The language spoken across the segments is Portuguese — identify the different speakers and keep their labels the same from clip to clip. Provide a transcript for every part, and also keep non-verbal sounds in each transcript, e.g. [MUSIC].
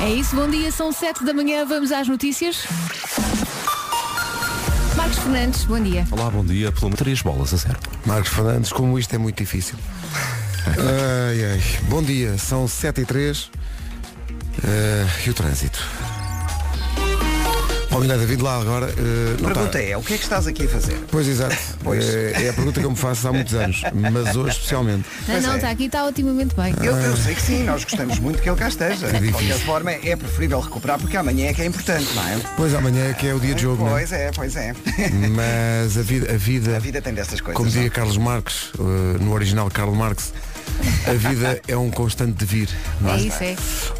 Speaker 1: É isso, bom dia, são 7 da manhã, vamos às notícias. Marcos Fernandes, bom dia.
Speaker 2: Oh,
Speaker 3: Olá, bom dia. Pelo menos três bolas a zero.
Speaker 2: Marcos Fernandes, como isto é muito difícil. Ai, ai. Bom dia, são 7 e 3 e o trânsito. Bom, Guilherme David, lá agora. eh, não
Speaker 4: A
Speaker 2: está-
Speaker 4: pergunta é, o que é que estás aqui a fazer?
Speaker 2: Pois exato.
Speaker 4: [LAUGHS] Pois.
Speaker 2: Eh, É a pergunta que eu me faço há muitos anos, mas hoje especialmente.
Speaker 1: Não, não, está aqui, está otimamente bem.
Speaker 4: Eu, eu sei que sim, nós gostamos muito que ele cá esteja. De qualquer forma, é preferível recuperar porque amanhã é que é importante, não é?
Speaker 2: Pois amanhã é que é o dia de jogo, não é?
Speaker 4: Pois é, pois é. [LAUGHS]
Speaker 2: Mas a vida, a vida,
Speaker 4: A vida tem dessas coisas.
Speaker 2: como
Speaker 4: não é?
Speaker 2: dizia Carlos Marques, eh, no original Carlos Marx, a
Speaker 4: [LAUGHS]
Speaker 2: vida é um constante de vir. não
Speaker 1: É isso, é.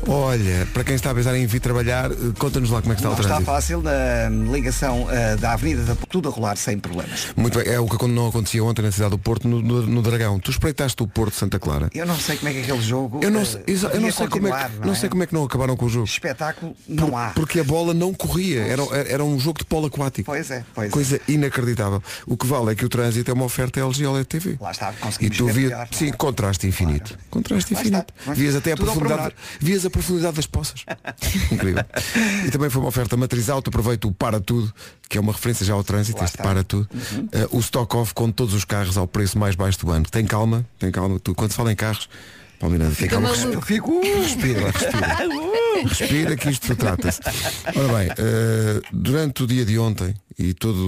Speaker 2: Olha, para quem está a pensar em vir trabalhar, eh, conta-nos lá como é que está
Speaker 4: Não
Speaker 2: o
Speaker 4: está
Speaker 2: trânsito.
Speaker 4: fácil na ligação ah, da Avenida da Tudo a rolar sem problemas.
Speaker 2: Muito bem, é o que não acontecia ontem na cidade do Porto, no, no- no Dragão. Tu espreitaste o Porto de Santa Clara.
Speaker 4: Eu não sei como é que aquele jogo.
Speaker 2: Eu não,
Speaker 4: ah,
Speaker 2: sei- exa- eu
Speaker 4: ia
Speaker 2: não sei como é
Speaker 4: continuar,
Speaker 2: que,
Speaker 4: não
Speaker 2: não
Speaker 4: é?
Speaker 2: sei como é que não acabaram com o jogo.
Speaker 4: Espetáculo não há.
Speaker 2: Porque a bola não corria, era, era um jogo de polo aquático.
Speaker 4: Pois é, pois é.
Speaker 2: Coisa inacreditável. O que vale é que o trânsito é uma oferta LG OLED TV.
Speaker 4: Lá está,
Speaker 2: E
Speaker 4: conseguimos
Speaker 2: tu
Speaker 4: ver
Speaker 2: via,
Speaker 4: melhor, não é?
Speaker 2: sim, contraste infinito. Contraste
Speaker 4: Lá
Speaker 2: infinito.
Speaker 4: está.
Speaker 2: Vias até a
Speaker 4: Tudo ao
Speaker 2: profundidade, vias a profundidade das
Speaker 4: [LAUGHS]
Speaker 2: poças. Incrível. E também foi uma oferta matriz alta, aproveito o para tudo, que é uma referência já ao trânsito,
Speaker 4: Lá
Speaker 2: este
Speaker 4: está. Uhum.
Speaker 2: para tudo. Eh, o stock off com todos os carros ao preço mais baixo do ano. Tem calma, tem calma. Tu quando se fala em carros, Paulo Miranda,
Speaker 4: É
Speaker 2: tem calma.
Speaker 1: maluco.
Speaker 4: Eu fico. [LAUGHS]
Speaker 2: Respira, respira.
Speaker 1: Uh!
Speaker 2: Respira que isto trata-se. Ora bem, eh, durante o dia de ontem e toda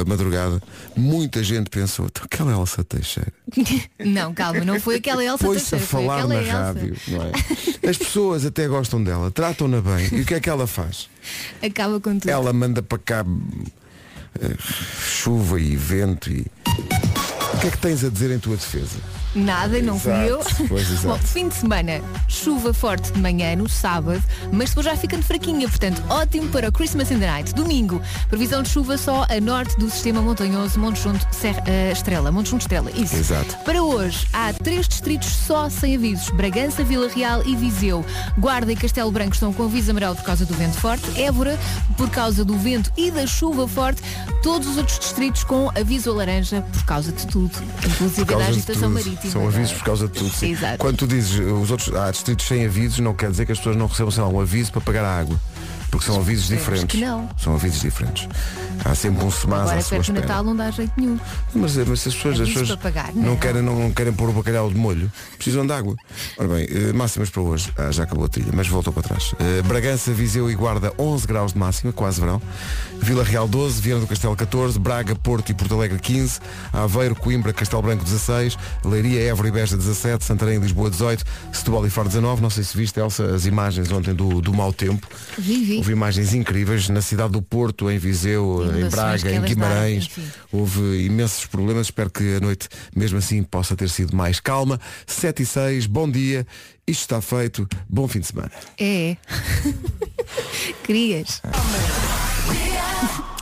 Speaker 2: a madrugada, muita gente pensou, "Então, aquela Elsa Teixeira.
Speaker 1: é. [LAUGHS] Não, calma, não foi aquela Elsa
Speaker 2: Pôs-se a
Speaker 1: Teixeira, foi
Speaker 2: falar
Speaker 1: aquela
Speaker 2: na
Speaker 1: Elsa.
Speaker 2: rádio. não é? As pessoas até gostam dela, tratam-na bem. E o que é que ela faz?
Speaker 1: Acaba com tudo.
Speaker 2: Ela manda para cá eh, chuva e vento e. O que é que tens a dizer em tua defesa?
Speaker 1: Nada, não fui
Speaker 2: Exato,
Speaker 1: eu. [LAUGHS]
Speaker 2: pois, exato.
Speaker 1: Bom, fim de semana, chuva forte de manhã no sábado, mas depois já ficando fraquinha, portanto, ótimo para o Christmas in the Night. Domingo, previsão de chuva só a norte do sistema montanhoso Monte Junto Serra, eh, Estrela, Monte Junto Estrela, isso.
Speaker 2: Exato.
Speaker 1: Para hoje, há três distritos só sem avisos, Bragança, Vila Real e Viseu. Guarda e Castelo Branco estão com aviso amarelo por causa do vento forte, Évora por causa do vento e da chuva forte, todos os outros distritos com aviso laranja por causa de tudo, inclusive
Speaker 2: Por
Speaker 1: da
Speaker 2: causa de
Speaker 1: agitação
Speaker 2: tudo.
Speaker 1: marítima. é?
Speaker 2: São avisos por causa de tudo. sim.
Speaker 1: Exato.
Speaker 2: Quando tu dizes eh, os outros há distritos sem avisos, não quer dizer que as pessoas não recebam, sei lá, um aviso para pagar a água. Porque são avisos
Speaker 1: Esperemos
Speaker 2: diferentes.
Speaker 1: que não.
Speaker 2: São avisos diferentes. Há sempre um semáforo à
Speaker 1: Agora
Speaker 2: sua
Speaker 1: perto do
Speaker 2: espera.
Speaker 1: Natal não dá jeito nenhum.
Speaker 2: Mas, eh, mas as pessoas,
Speaker 1: Aviso
Speaker 2: as pessoas
Speaker 1: É para pagar,
Speaker 2: não,
Speaker 1: não.
Speaker 2: querem, não, querem pôr o bacalhau de molho, precisam de água. Ora bem, eh, máximas para hoje. Ah, já acabou a trilha, mas voltou para trás. Eh, Bragança, Viseu e Guarda 11 graus de máxima, quase verão. Vila Real 12, Viana do Castelo 14, Braga, Porto e Porto Alegre 15, Aveiro, Coimbra, Castelo Branco 16, Leiria, Évora e Beja 17, Santarém e Lisboa 18, Setúbal e Faro 19. Não sei se viste, Elsa, as imagens ontem do, do mau tempo.
Speaker 1: Vi, vi.
Speaker 2: Houve imagens incríveis na cidade do Porto, em Viseu, em
Speaker 1: Inundações
Speaker 2: Braga,
Speaker 1: que
Speaker 2: em
Speaker 1: elas daram,
Speaker 2: Guimarães.
Speaker 1: enfim.
Speaker 2: Houve imensos problemas, espero que a noite, mesmo assim, possa ter sido mais calma. 7 e 6, bom dia, isto está feito, bom fim de semana.
Speaker 1: É. [LAUGHS]
Speaker 2: [LAUGHS]
Speaker 1: Querias.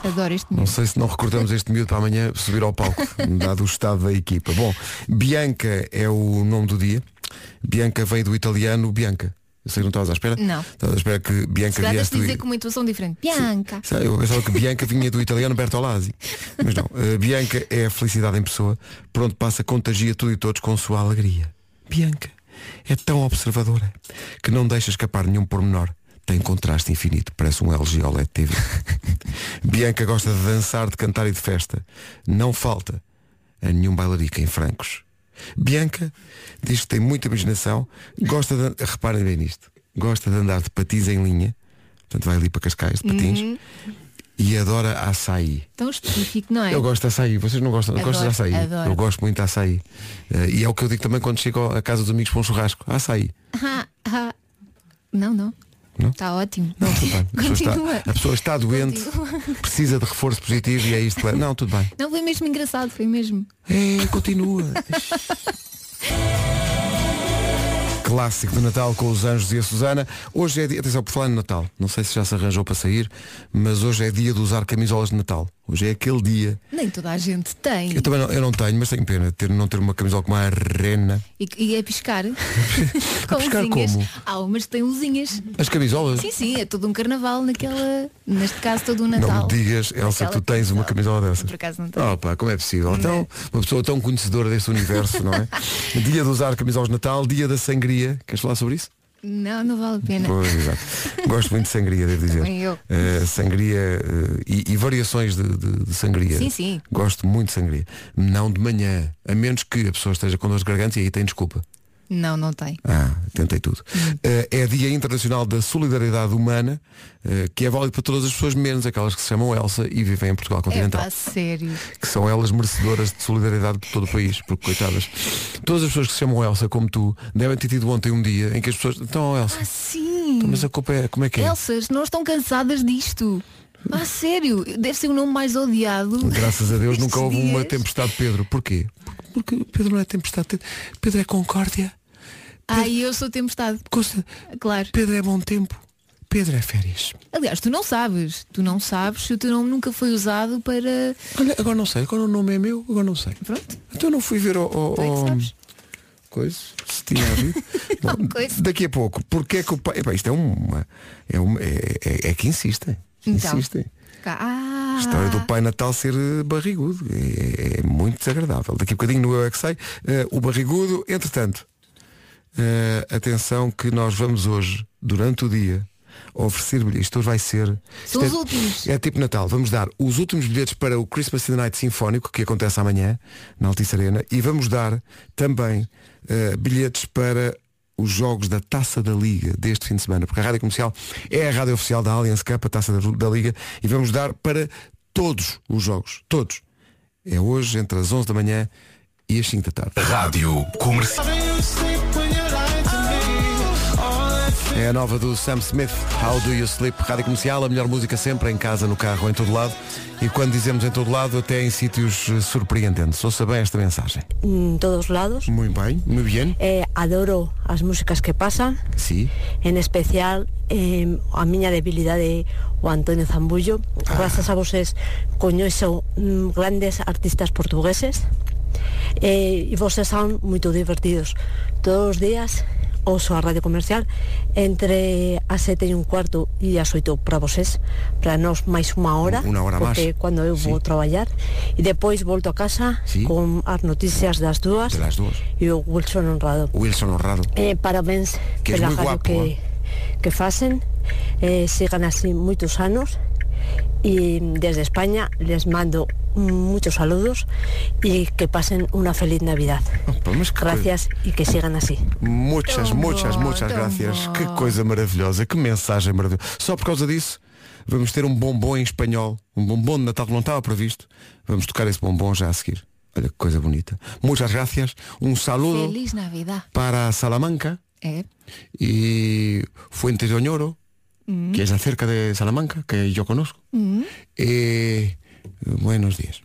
Speaker 1: Adoro este
Speaker 2: Não
Speaker 1: mundo.
Speaker 2: sei se não recordamos este miúdo para amanhã subir ao
Speaker 1: [LAUGHS]
Speaker 2: palco, dado o estado da equipa. Bom, Bianca é o nome do dia. Bianca vem do italiano Bianca. Eu sei que não estavas à espera.
Speaker 1: Não.
Speaker 2: Estavas à espera que
Speaker 1: Se
Speaker 2: Bianca
Speaker 1: tratas
Speaker 2: viesse
Speaker 1: de
Speaker 2: do...
Speaker 1: dizer com uma intuação diferente. Bianca.
Speaker 2: Sabe, Eu pensava que Bianca vinha do italiano Bertolazzi. Mas não. Uh, Bianca é a felicidade em pessoa, por onde passa, contagia tudo e todos com sua alegria. Bianca é tão observadora que não deixa escapar nenhum pormenor. Tem contraste infinito, parece um LG OLED TV. [LAUGHS] Bianca gosta de dançar, de cantar e de festa. Não falta a nenhum bailarico em francos. Bianca diz que tem muita imaginação, gosta de. Reparem bem nisto. Gosta de andar de patins em linha, portanto vai ali para Cascais de patins, e adora açaí.
Speaker 1: Tão específico, não é?
Speaker 2: Eu gosto de açaí, vocês não gostam?
Speaker 1: Adoro,
Speaker 2: gostas de açaí?
Speaker 1: adoro.
Speaker 2: Eu gosto muito de açaí. Eh, e é o que eu digo também quando chego à casa dos amigos para um churrasco. Açaí.
Speaker 1: Ah, ah. Não, não.
Speaker 2: Não?
Speaker 1: Está ótimo.
Speaker 2: Não, tudo bem. A pessoa está,
Speaker 1: Continua.
Speaker 2: a pessoa está doente, precisa de reforço positivo e é isto. que leva- Não, tudo bem.
Speaker 1: Não, foi mesmo engraçado, foi mesmo. [LAUGHS]
Speaker 2: É, continua. Clássico de Natal com os Anjos e a Susana. Hoje é dia, atenção, por falar no Natal, não sei se já se arranjou para sair, mas hoje é dia de usar camisolas de Natal. Hoje é aquele dia.
Speaker 1: Nem toda a gente tem.
Speaker 2: Eu também não, eu não tenho, mas tenho pena de ter, não ter uma camisola com uma rena.
Speaker 1: E, e é
Speaker 2: [LAUGHS]
Speaker 1: piscar. com
Speaker 2: piscar
Speaker 1: luzinhas.
Speaker 2: como?
Speaker 1: Há umas que têm luzinhas.
Speaker 2: As camisolas?
Speaker 1: Sim, sim, é todo um carnaval naquela. Neste caso todo um Natal.
Speaker 2: Não me digas, Elsa, que
Speaker 1: Naquela
Speaker 2: tu tens uma
Speaker 1: camisola.
Speaker 2: camisola dessa.
Speaker 1: Por acaso não tenho.
Speaker 2: Oh, pá, como é possível? Então, uma pessoa
Speaker 1: [LAUGHS]
Speaker 2: tão conhecedora deste universo, não é? dia de usar camisolas de Natal, dia da sangria. Queres falar sobre isso?
Speaker 1: Não, não vale a pena.
Speaker 2: Pois, exato. Gosto muito de sangria, devo dizer.
Speaker 1: Também eu.
Speaker 2: Eh, sangria eh, e, e variações de, de- de sangria.
Speaker 1: Sim, sim.
Speaker 2: Gosto muito de sangria. Não de manhã, a menos que a pessoa esteja com dor de garganta e aí tem desculpa.
Speaker 1: Não, não tem.
Speaker 2: Ah, tentei tudo. Eh, é Dia Internacional da Solidariedade Humana, eh, que é válido para todas as pessoas, menos aquelas que se chamam Elsa e vivem em Portugal
Speaker 1: É
Speaker 2: continental.
Speaker 1: pá, sério.
Speaker 2: que são elas merecedoras de solidariedade de todo o país, porque coitadas, todas as pessoas que se chamam Elsa, como tu, devem ter tido ontem um dia em que as pessoas. Então, Elsa,
Speaker 1: Ah, sim.
Speaker 2: mas a culpa é como é que é?
Speaker 1: Elsas, não estão cansadas disto. Ah, sério. Deve ser o nome mais odiado.
Speaker 2: Graças a
Speaker 1: [LAUGHS]
Speaker 2: Deus
Speaker 1: Estes
Speaker 2: nunca houve uma
Speaker 1: dias.
Speaker 2: tempestade Pedro. Porquê? Porque Pedro não é tempestade. Pedro é concórdia.
Speaker 1: Ai, eu sou tempestade.
Speaker 2: Consta-
Speaker 1: Claro.
Speaker 2: Pedro é bom tempo. Pedro é férias.
Speaker 1: Aliás, tu não sabes. Tu não sabes se o teu nome nunca foi usado para.
Speaker 2: Olha, agora não sei. Agora o nome é meu. Agora não sei.
Speaker 1: Pronto.
Speaker 2: Então não fui ver o... o-
Speaker 1: Tu é que
Speaker 2: o-
Speaker 1: sabes.
Speaker 2: Coisa, se tinha havido.
Speaker 1: [LAUGHS]
Speaker 2: Bom,
Speaker 1: Não, coisa.
Speaker 2: Daqui a pouco, porque é que o pai. Epá, isto é uma. É, uma- é- é- é que insistem.
Speaker 1: Então.
Speaker 2: Insistem.
Speaker 1: Cá- Ah,
Speaker 2: A história do Pai Natal ser eh, barrigudo. É, é muito desagradável. Daqui a bocadinho no Eu é que sei. eh, o barrigudo, entretanto, eh, atenção que nós vamos hoje, durante o dia, oferecer bilhetes. Isto hoje vai ser.
Speaker 1: São
Speaker 2: isto
Speaker 1: os
Speaker 2: é-
Speaker 1: últimos.
Speaker 2: É tipo Natal. Vamos dar os últimos bilhetes para o Christmas in the Night Sinfónico, que acontece amanhã, na Altice Arena, e vamos dar também eh, bilhetes para os jogos da Taça da Liga deste fim de semana, porque a Rádio Comercial é a rádio oficial da Allianz Cup, a Taça da, da Liga, e vamos dar para todos os jogos, todos. É hoje, entre as 11 da manhã e as 5 da tarde.
Speaker 3: Rádio Comercial.
Speaker 2: É a nova do Sam Smith, How Do You Sleep, Rádio Comercial, a melhor música sempre, em casa, no carro, em todo lado. E quando dizemos em todo lado, até em sítios eh, surpreendentes. Ouça bem esta mensagem.
Speaker 5: en todos lados.
Speaker 2: Muito bem, muito bem.
Speaker 5: Eh, adoro as músicas que pasan,
Speaker 2: Sim.
Speaker 5: en especial eh, a miña debilidade o Antonio Zambullo.
Speaker 2: Ah.
Speaker 5: Grazas a voses coñezo mm, grandes artistas portugueses eh, e voses son moito divertidos. Todos os días ouso a radio comercial entre as sete e un cuarto e as oito para voses para nós máis unha hora
Speaker 2: Unha hora máis.
Speaker 5: porque quando eu vou
Speaker 2: Sí.
Speaker 5: traballar e depois volto a casa
Speaker 2: Sí.
Speaker 5: con as noticias das dúas
Speaker 2: Das dúas.
Speaker 5: e o Wilson Honrado.
Speaker 2: Wilson Honrado.
Speaker 1: É
Speaker 5: Eh, parabéns
Speaker 2: Que es
Speaker 5: pela
Speaker 2: moi
Speaker 5: radio
Speaker 2: guapo, ¿eh?
Speaker 5: que, que facen, eh, sigan así moitos anos e desde España les mando muchos saludos e que pasen una feliz Navidad.
Speaker 2: Opa, mas que
Speaker 5: Gracias e que sigan así.
Speaker 2: Muitas,
Speaker 1: Tão
Speaker 2: muitas,
Speaker 1: bom,
Speaker 2: muitas
Speaker 1: tão
Speaker 2: graças.
Speaker 1: bom.
Speaker 2: Que coisa maravilhosa, que mensagem maravilhosa. Só por causa disso, vamos ter um bombom em espanhol, um bombom de Natal que não estava previsto. Vamos tocar esse bombom já a seguir. Olha que coisa bonita. Muitas graças, um saludo
Speaker 1: Feliz Navidad.
Speaker 2: para Salamanca
Speaker 1: É.
Speaker 2: y Fuentes de Oñoro, que es cerca de Salamanca, que yo conozco. Eh, buenos [LAUGHS] días.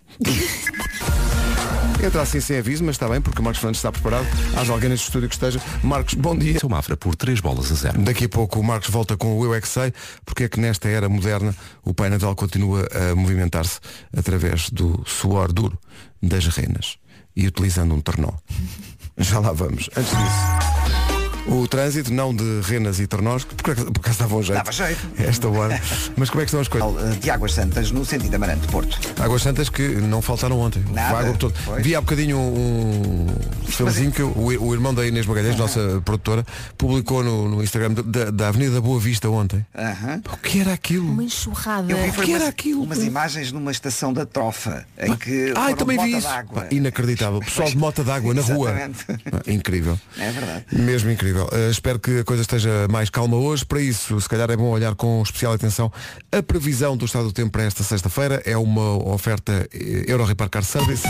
Speaker 2: Entra assim sem aviso, mas está bem, porque o Marcos Fernandes está preparado. Haja alguém neste estúdio que esteja. Marcos, bom dia.
Speaker 3: Sou Mafra por 3 bolas a 0.
Speaker 2: Daqui a pouco o Marcos volta com o Eu é que sei, porque é que nesta era moderna o Pai Natal continua a movimentar-se através do suor duro das renas e utilizando um ternó. [LAUGHS] Já lá vamos. Antes disso. O trânsito, não de renas e ternós, que por acaso, por acaso dava um jeito.
Speaker 4: Dava jeito.
Speaker 2: a [LAUGHS] Esta hora. Mas como é que estão as coisas?
Speaker 4: Eh, De Águas Santas, no sentido Amarante Porto.
Speaker 2: Águas Santas que não faltaram ontem.
Speaker 4: Nada.
Speaker 2: Vago por todo.
Speaker 4: Pois.
Speaker 2: Vi há bocadinho um filmezinho que o, o irmão da Inês Magalhães, nossa produtora, publicou no, no Instagram da, da Avenida da Boa Vista ontem.
Speaker 4: Aham.
Speaker 2: O que era aquilo?
Speaker 1: Uma enxurrada.
Speaker 4: Eu vi foi
Speaker 2: que
Speaker 4: umas,
Speaker 2: era aquilo?
Speaker 4: umas imagens numa estação da trofa em que
Speaker 2: Ah,
Speaker 4: foram
Speaker 2: eu também
Speaker 4: de
Speaker 2: vi
Speaker 4: mota
Speaker 2: isso.
Speaker 4: d'água.
Speaker 2: Pá, Inacreditável. Pessoal de mota d'água na rua.
Speaker 4: Exatamente.
Speaker 2: Ah, Incrível.
Speaker 4: É verdade.
Speaker 2: Mesmo incrível. Uh, espero que a coisa esteja mais calma hoje. Para isso, se calhar é bom olhar com especial atenção a previsão do estado do tempo para esta sexta-feira. É uma oferta eh, Euro Repar Car Service.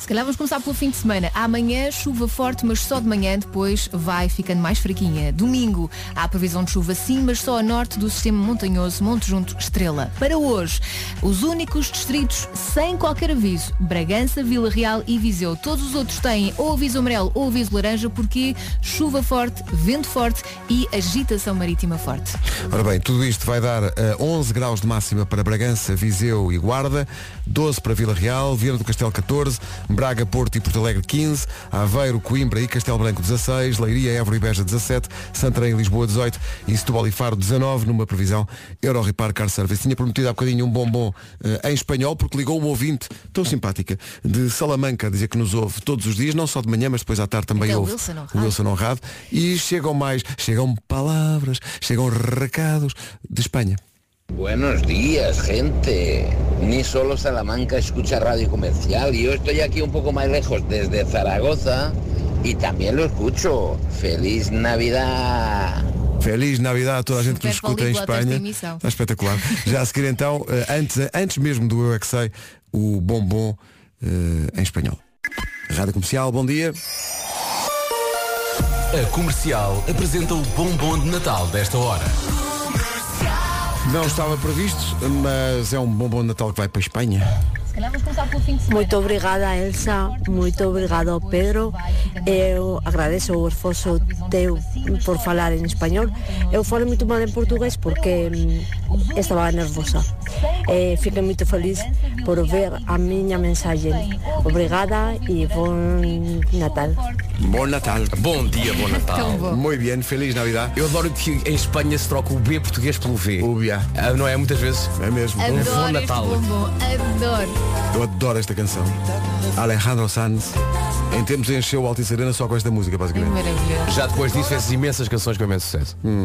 Speaker 1: Se calhar vamos começar pelo fim de semana. Amanhã chuva forte, mas só de manhã, depois vai ficando mais fraquinha. Domingo há previsão de chuva sim, mas só a norte do sistema montanhoso Monte Junto Estrela. Para hoje, os únicos distritos sem qualquer aviso, Bragança, Vila Real e Viseu. Todos os outros têm ou aviso amarelo ou aviso laranja porque chuva forte, vento forte e agitação marítima forte.
Speaker 2: Ora bem, tudo isto vai dar eh, 11 graus de máxima para Bragança, Viseu e Guarda, 12 para Vila Real, Vieira do Castelo 14, Braga, Porto e Porto Alegre 15, Aveiro, Coimbra e Castelo Branco 16, Leiria, Évora e Beja 17, Santarém e Lisboa 18 e Setúbal e Faro 19, numa previsão Euro Repar Car Service. Tinha prometido há bocadinho um bombom eh, em espanhol porque ligou um ouvinte tão simpática de Salamanca a dizer que nos ouve todos os dias, não só de manhã, mas depois à tarde também
Speaker 1: Até o
Speaker 2: ouve.
Speaker 1: Wilson Honrado.
Speaker 2: O Wilson Honrado. E chegam mais, chegam palavras, chegam recados de Espanha.
Speaker 6: Buenos días, gente. Ni solo Salamanca escucha radio comercial. Yo estoy aquí un poco más lejos, desde Zaragoza, y también lo escucho. ¡Feliz Navidad!
Speaker 2: Feliz Navidad a toda a gente que nos
Speaker 1: Super
Speaker 2: escuta em
Speaker 1: poliglota esta
Speaker 2: Espanha.
Speaker 1: emissão.
Speaker 2: Está espetacular. Já a seguir então, eh, antes, antes mesmo do Eu é que sei, o bombom eh, em espanhol. Rádio Comercial, bom dia.
Speaker 7: A comercial apresenta o bombom de Natal desta hora.
Speaker 2: Não estava previsto, mas é um bombom de Natal que vai para a Espanha.
Speaker 5: Moito obrigada Elsa, moito obrigado Pedro Eu agradeço o esforzo teu por falar en español Eu falo moito mal en portugués porque mm, estaba nervosa e Fiquei moito feliz por ver a miña mensaxe Obrigada e bon Natal
Speaker 2: Bom Natal.
Speaker 7: Bom dia, Um bom
Speaker 2: é
Speaker 7: Natal.
Speaker 2: Muito bem, Feliz Navidad.
Speaker 7: [LAUGHS] Eu adoro que em Espanha se troca o B português pelo V.
Speaker 2: Ubia,
Speaker 7: Ah, não é? Muitas vezes.
Speaker 2: é mesmo.
Speaker 7: bom
Speaker 1: Adoro este
Speaker 7: Natal.
Speaker 1: bombom, adoro.
Speaker 2: Eu adoro esta canção. Alejandro Sanz, em tempos encheu o Altice Arena só com esta música,
Speaker 1: É
Speaker 2: basicamente.
Speaker 1: maravilhoso.
Speaker 7: Já depois disso, essas imensas canções com imenso sucesso.
Speaker 2: Hum.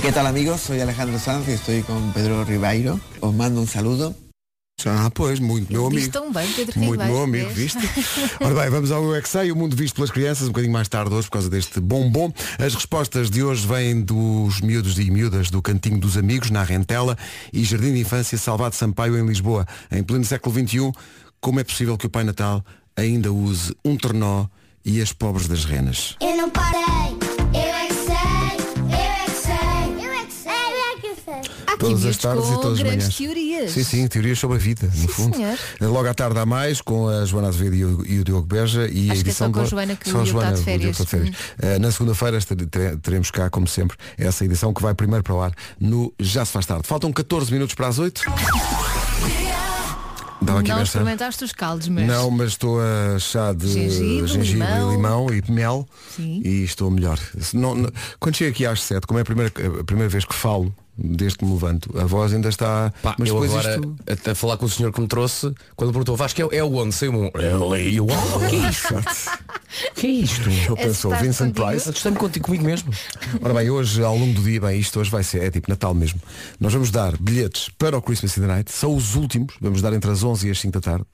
Speaker 8: ¿Qué tal amigos? Soy Alejandro Sanz y estoy con Pedro Ribeiro. Os mando un saludo.
Speaker 2: Ah, pois, muito meu
Speaker 1: Diz
Speaker 2: amigo.
Speaker 1: tão bem, Pedro é
Speaker 2: Muito
Speaker 1: Ribeiro,
Speaker 2: bom amigo,
Speaker 1: vês?
Speaker 2: viste? Ora bem, vamos ao UXA, o mundo visto pelas crianças, um bocadinho mais tarde hoje por causa deste bombom. As respostas de hoje vêm dos miúdos e miúdas do Cantinho dos Amigos, na Rentela, e Jardim de Infância Salvado Sampaio, em Lisboa. Em pleno século XXI, como é possível que o Pai Natal ainda use um ternó e as pobres das renas?
Speaker 9: Eu não parei, eu é que sei, eu é que sei, eu é que sei, eu é que sei.
Speaker 1: Há aqui
Speaker 2: Todas as
Speaker 1: miúdos
Speaker 2: tardes
Speaker 1: com
Speaker 2: e todas as
Speaker 1: grandes
Speaker 2: manhãs.
Speaker 1: teorias.
Speaker 2: Sim, sim, teorias sobre a vida, no
Speaker 1: Sim,
Speaker 2: fundo.
Speaker 1: senhor.
Speaker 2: Logo à tarde há mais, com a Joana Azevedo e o, e o Diogo Beja e a
Speaker 1: Acho que é
Speaker 2: edição
Speaker 1: só com a
Speaker 2: do-
Speaker 1: Joana que
Speaker 2: só
Speaker 1: o
Speaker 2: a
Speaker 1: Diogo está de
Speaker 2: o Diogo
Speaker 1: férias.
Speaker 2: está de férias. Eh, na segunda-feira estere- tere- teremos cá, como sempre, essa edição que vai primeiro para o ar no Já se faz tarde. Faltam 14 minutos para as 8. Dava aqui
Speaker 1: Não
Speaker 2: nesta-
Speaker 1: experimentaste os caldos, mas
Speaker 2: Não, mas estou a chá de
Speaker 1: Gengibre,
Speaker 2: e
Speaker 1: limão.
Speaker 2: limão e mel
Speaker 1: Sim.
Speaker 2: e estou melhor. Se não- não- quando chego aqui às 7, como é a primeira, a primeira vez que falo, desde que me levanto, a voz ainda está.
Speaker 7: Pá,
Speaker 2: mas
Speaker 7: eu
Speaker 2: depois
Speaker 7: agora,
Speaker 2: isto.
Speaker 7: até a falar com o senhor que me trouxe, quando me perguntou, Vasco, é, é o onde? Saiu um. "É ali, o onde? Que é isto?
Speaker 2: [LAUGHS]
Speaker 7: que é isto?
Speaker 2: Eu penso,
Speaker 1: tarde
Speaker 2: Vincent
Speaker 1: contigo.
Speaker 2: Price.
Speaker 7: Assustei-me contigo comigo mesmo.
Speaker 2: Ora bem, hoje, ao longo do dia, bem, isto hoje vai ser, é tipo Natal mesmo. Nós vamos dar bilhetes para o Christmas in the Night, são os últimos, vamos dar entre as 11 e as 5 da tarde.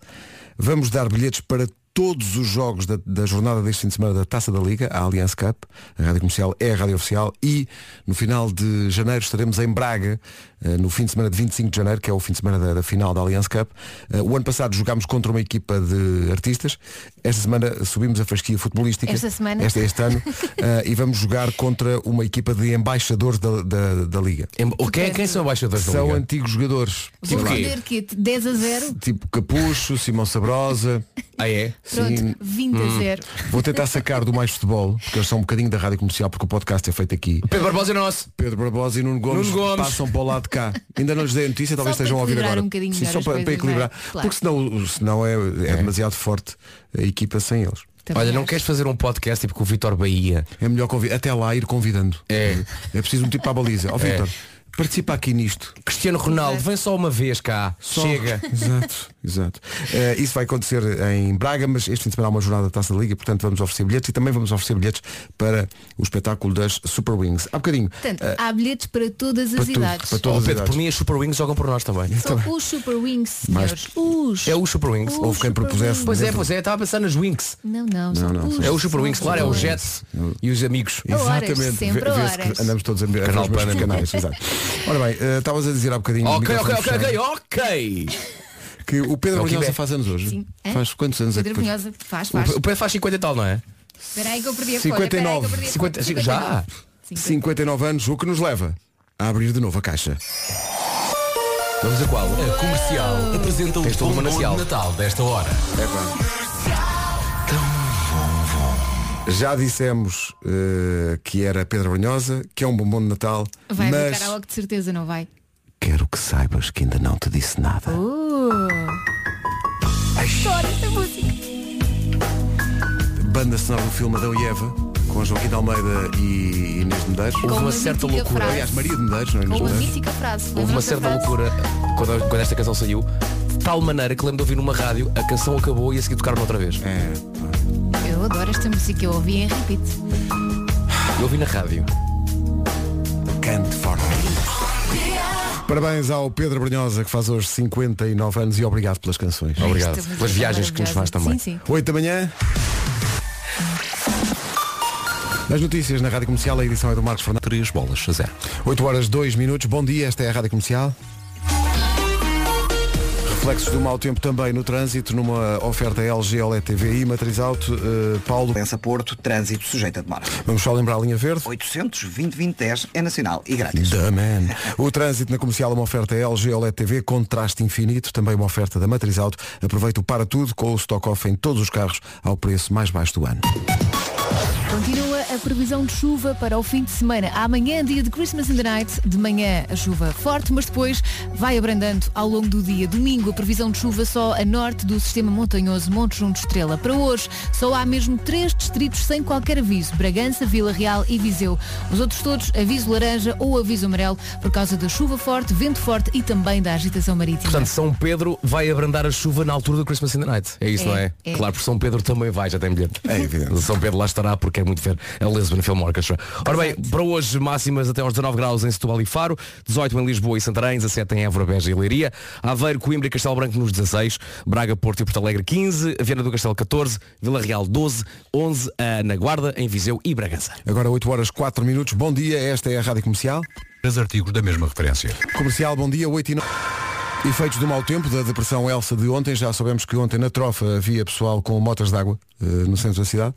Speaker 2: Vamos dar bilhetes para todos os jogos da, da jornada deste fim de semana da Taça da Liga, a Allianz Cup, a Rádio Comercial é a Rádio Oficial e no final de janeiro estaremos em Braga, eh, no fim de semana de 25 de janeiro, que é o fim de semana da, da final da Allianz Cup. Eh, O ano passado jogámos contra uma equipa de artistas, esta semana subimos a fasquia futebolística.
Speaker 1: Esta semana.
Speaker 2: Esta- é este ano eh, e vamos jogar contra uma equipa de embaixadores da, da, da Liga.
Speaker 7: Em- É, o- Quem, quem são embaixadores da
Speaker 2: São
Speaker 7: Liga?
Speaker 2: antigos jogadores.
Speaker 1: vou
Speaker 7: Tipo quê?
Speaker 1: perder que 10 a 0.
Speaker 2: Tipo Capucho, Simão Sabrosa.
Speaker 7: Ah, é?
Speaker 2: Sim.
Speaker 1: [LAUGHS] Pronto, 20
Speaker 7: Hum.
Speaker 1: a 0.
Speaker 2: Vou tentar sacar do mais futebol, porque eles são um bocadinho da rádio comercial, porque o podcast é feito aqui.
Speaker 7: Pedro Barbosa é nosso.
Speaker 2: Pedro Barbosa e Nuno Gomes,
Speaker 7: Nuno Gomes.
Speaker 2: passam para o lado de cá. Ainda não lhes dei a notícia, talvez
Speaker 1: Só para
Speaker 2: estejam a ouvir
Speaker 1: equilibrar
Speaker 2: agora.
Speaker 1: um bocadinho
Speaker 2: Sim,
Speaker 1: melhor
Speaker 2: só
Speaker 1: as
Speaker 2: para, para
Speaker 1: coisas,
Speaker 2: equilibrar.
Speaker 1: não é? Claro.
Speaker 2: Porque senão, senão é, é demasiado forte a equipa sem eles.
Speaker 1: Também
Speaker 7: Olha, não
Speaker 1: acho.
Speaker 7: queres fazer um podcast tipo com o Vitor Bahia?
Speaker 2: É melhor convi- até lá ir convidando.
Speaker 7: É.
Speaker 2: É preciso um tipo à baliza. Ó Vítor, participa aqui nisto.
Speaker 7: Cristiano Ronaldo, vem só uma vez cá.
Speaker 2: é. Só- [LAUGHS]
Speaker 7: Chega.
Speaker 2: Exato, exato. Eh, isso vai acontecer em Braga, mas este fim de semana há uma jornada da Taça da Liga, portanto vamos oferecer bilhetes e também vamos oferecer bilhetes para o espetáculo das Super Wings. Há bocadinho.
Speaker 1: Portanto,
Speaker 2: eh,
Speaker 1: há bilhetes para todas
Speaker 2: para
Speaker 1: as
Speaker 2: tudo,
Speaker 1: idades.
Speaker 2: para
Speaker 7: Oh,
Speaker 2: todas as
Speaker 7: Pedro,
Speaker 2: idades.
Speaker 7: por mim as Super Wings jogam por nós também.
Speaker 1: Só os Super Wings,
Speaker 2: Mais-
Speaker 1: senhores. Os.
Speaker 7: então. É os Super Wings.
Speaker 1: Os
Speaker 2: Houve quem
Speaker 1: Super
Speaker 2: propusesse.
Speaker 1: Wings.
Speaker 7: Pois é, pois é, estava a pensar nas Winx.
Speaker 1: Não, não, são
Speaker 2: não,
Speaker 1: os.
Speaker 7: É o Super Wings,
Speaker 1: são
Speaker 7: claro, é o
Speaker 1: os.
Speaker 7: Jets e os amigos.
Speaker 1: A horas,
Speaker 2: Vê-
Speaker 1: sempre a
Speaker 2: vê-se que
Speaker 1: horas.
Speaker 2: andamos todos a ver
Speaker 7: Canal
Speaker 2: os mesmos
Speaker 7: Panamá.
Speaker 1: [LAUGHS]
Speaker 2: canais. exato. Ora bem, eh, estavas a dizer há bocadinho
Speaker 7: Ok,
Speaker 2: microfone
Speaker 7: ok, ok,
Speaker 2: fechado,
Speaker 7: ok, ok.
Speaker 2: que o Pedro
Speaker 7: É o
Speaker 2: Brunhosa
Speaker 7: Quibé.
Speaker 2: faz anos hoje.
Speaker 1: Sim. Hã?
Speaker 2: Faz quantos anos
Speaker 1: Pedro
Speaker 2: é que faz?
Speaker 1: Brunhosa, faz, faz.
Speaker 7: O- O Pedro faz 50 e tal, não é?
Speaker 1: Espera aí que eu perdi a
Speaker 2: 59.
Speaker 1: folha.
Speaker 7: 50, já?
Speaker 2: 59 anos, o que nos leva a abrir de novo a caixa.
Speaker 7: Vamos a qual? A comercial apresenta o bombom de Natal desta hora.
Speaker 2: Já dissemos eh, que era Pedra Brunhosa, que é um bombom de Natal,
Speaker 1: Vai haver
Speaker 2: mas
Speaker 1: karaoke de certeza, não vai?
Speaker 3: Quero que saibas que ainda não te disse nada.
Speaker 1: Uh. Adoro esta música.
Speaker 2: banda sonora do filme Adão e Eva, com Joaquim de Almeida e Inês de Medeiros.
Speaker 1: Com
Speaker 7: Houve uma
Speaker 1: uma
Speaker 7: certa
Speaker 1: mítica
Speaker 7: loucura.
Speaker 1: frase.
Speaker 2: Aliás, Maria de Medeiros, não
Speaker 1: Com
Speaker 2: é Inês de
Speaker 1: uma
Speaker 2: Medeiros?
Speaker 1: mítica frase.
Speaker 7: Houve uma
Speaker 1: Lembram-se da
Speaker 7: certa
Speaker 1: frase?
Speaker 7: loucura quando, quando esta canção saiu, de tal maneira que lembro de ouvir numa rádio, a canção acabou e a seguir tocaram outra vez.
Speaker 1: Eu adoro esta música, eu ouvi em repeat.
Speaker 7: Eu ouvi na rádio.
Speaker 2: Cante forte. Parabéns ao Pedro Brunhosa, que faz hoje 59 anos e obrigado pelas canções.
Speaker 7: Obrigado.
Speaker 1: Esta música
Speaker 7: Pelas
Speaker 1: é
Speaker 7: viagens que nos faz
Speaker 1: maravilhosa.
Speaker 7: também.
Speaker 1: Sim, sim.
Speaker 2: 8 da manhã. As notícias na Rádio Comercial, a edição é do Marcos Fernandes.
Speaker 3: 3 bolas a 0.
Speaker 2: 8 horas 2 minutos. Bom dia, esta é a Rádio Comercial. Reflexos do mau tempo também no trânsito, numa oferta LG OLED TV e matriz alto. eh, Paulo,
Speaker 4: Pensa Porto, trânsito sujeito a demora.
Speaker 2: vamos só lembrar a linha verde.
Speaker 4: 820-2010 é nacional e grátis.
Speaker 2: Da man. O trânsito na comercial é uma oferta LG OLED TV, contraste infinito, também uma oferta da Matriz Auto. Aproveita o para tudo com o stock off em todos os carros ao preço mais baixo do ano.
Speaker 1: Continua a previsão de chuva para o fim de semana. Amanhã, dia de Christmas in the Night, de manhã a chuva forte, mas depois vai abrandando ao longo do dia. Domingo, a previsão de chuva só a norte do sistema montanhoso Monte Junto Estrela. Para hoje, só há mesmo três distritos sem qualquer aviso. Bragança, Vila Real e Viseu. Os outros todos, aviso laranja ou aviso amarelo, por causa da chuva forte, vento forte e também da agitação marítima.
Speaker 7: Portanto, São Pedro vai abrandar a chuva na altura do Christmas in the Night. É isso,
Speaker 1: É,
Speaker 7: não é?
Speaker 1: é.
Speaker 7: Claro, porque São Pedro também vai, já tem bilhete.
Speaker 2: É evidente.
Speaker 7: O [LAUGHS] São Pedro lá estará porque é muito ver a Lisbon Film Orchestra. Ora bem, para hoje máximas até aos 19 graus em Setúbal e Faro, 18 em Lisboa e Santarém, 17 em Évora, Beja e Leiria, Aveiro, Coimbra e Castelo Branco nos 16, Braga, Porto e Porto Alegre 15, Viana do Castelo 14, Vila Real 12, 11 eh, na Guarda, em Viseu e Bragança.
Speaker 2: Agora 8 horas 4 minutos. Bom dia, esta é a Rádio Comercial.
Speaker 3: Três artigos da mesma referência.
Speaker 2: Comercial, bom dia, 8 e 9. Efeitos do mau tempo, da depressão Elsa de ontem, já sabemos que ontem na trofa havia pessoal com motas d'água eh, no centro da cidade.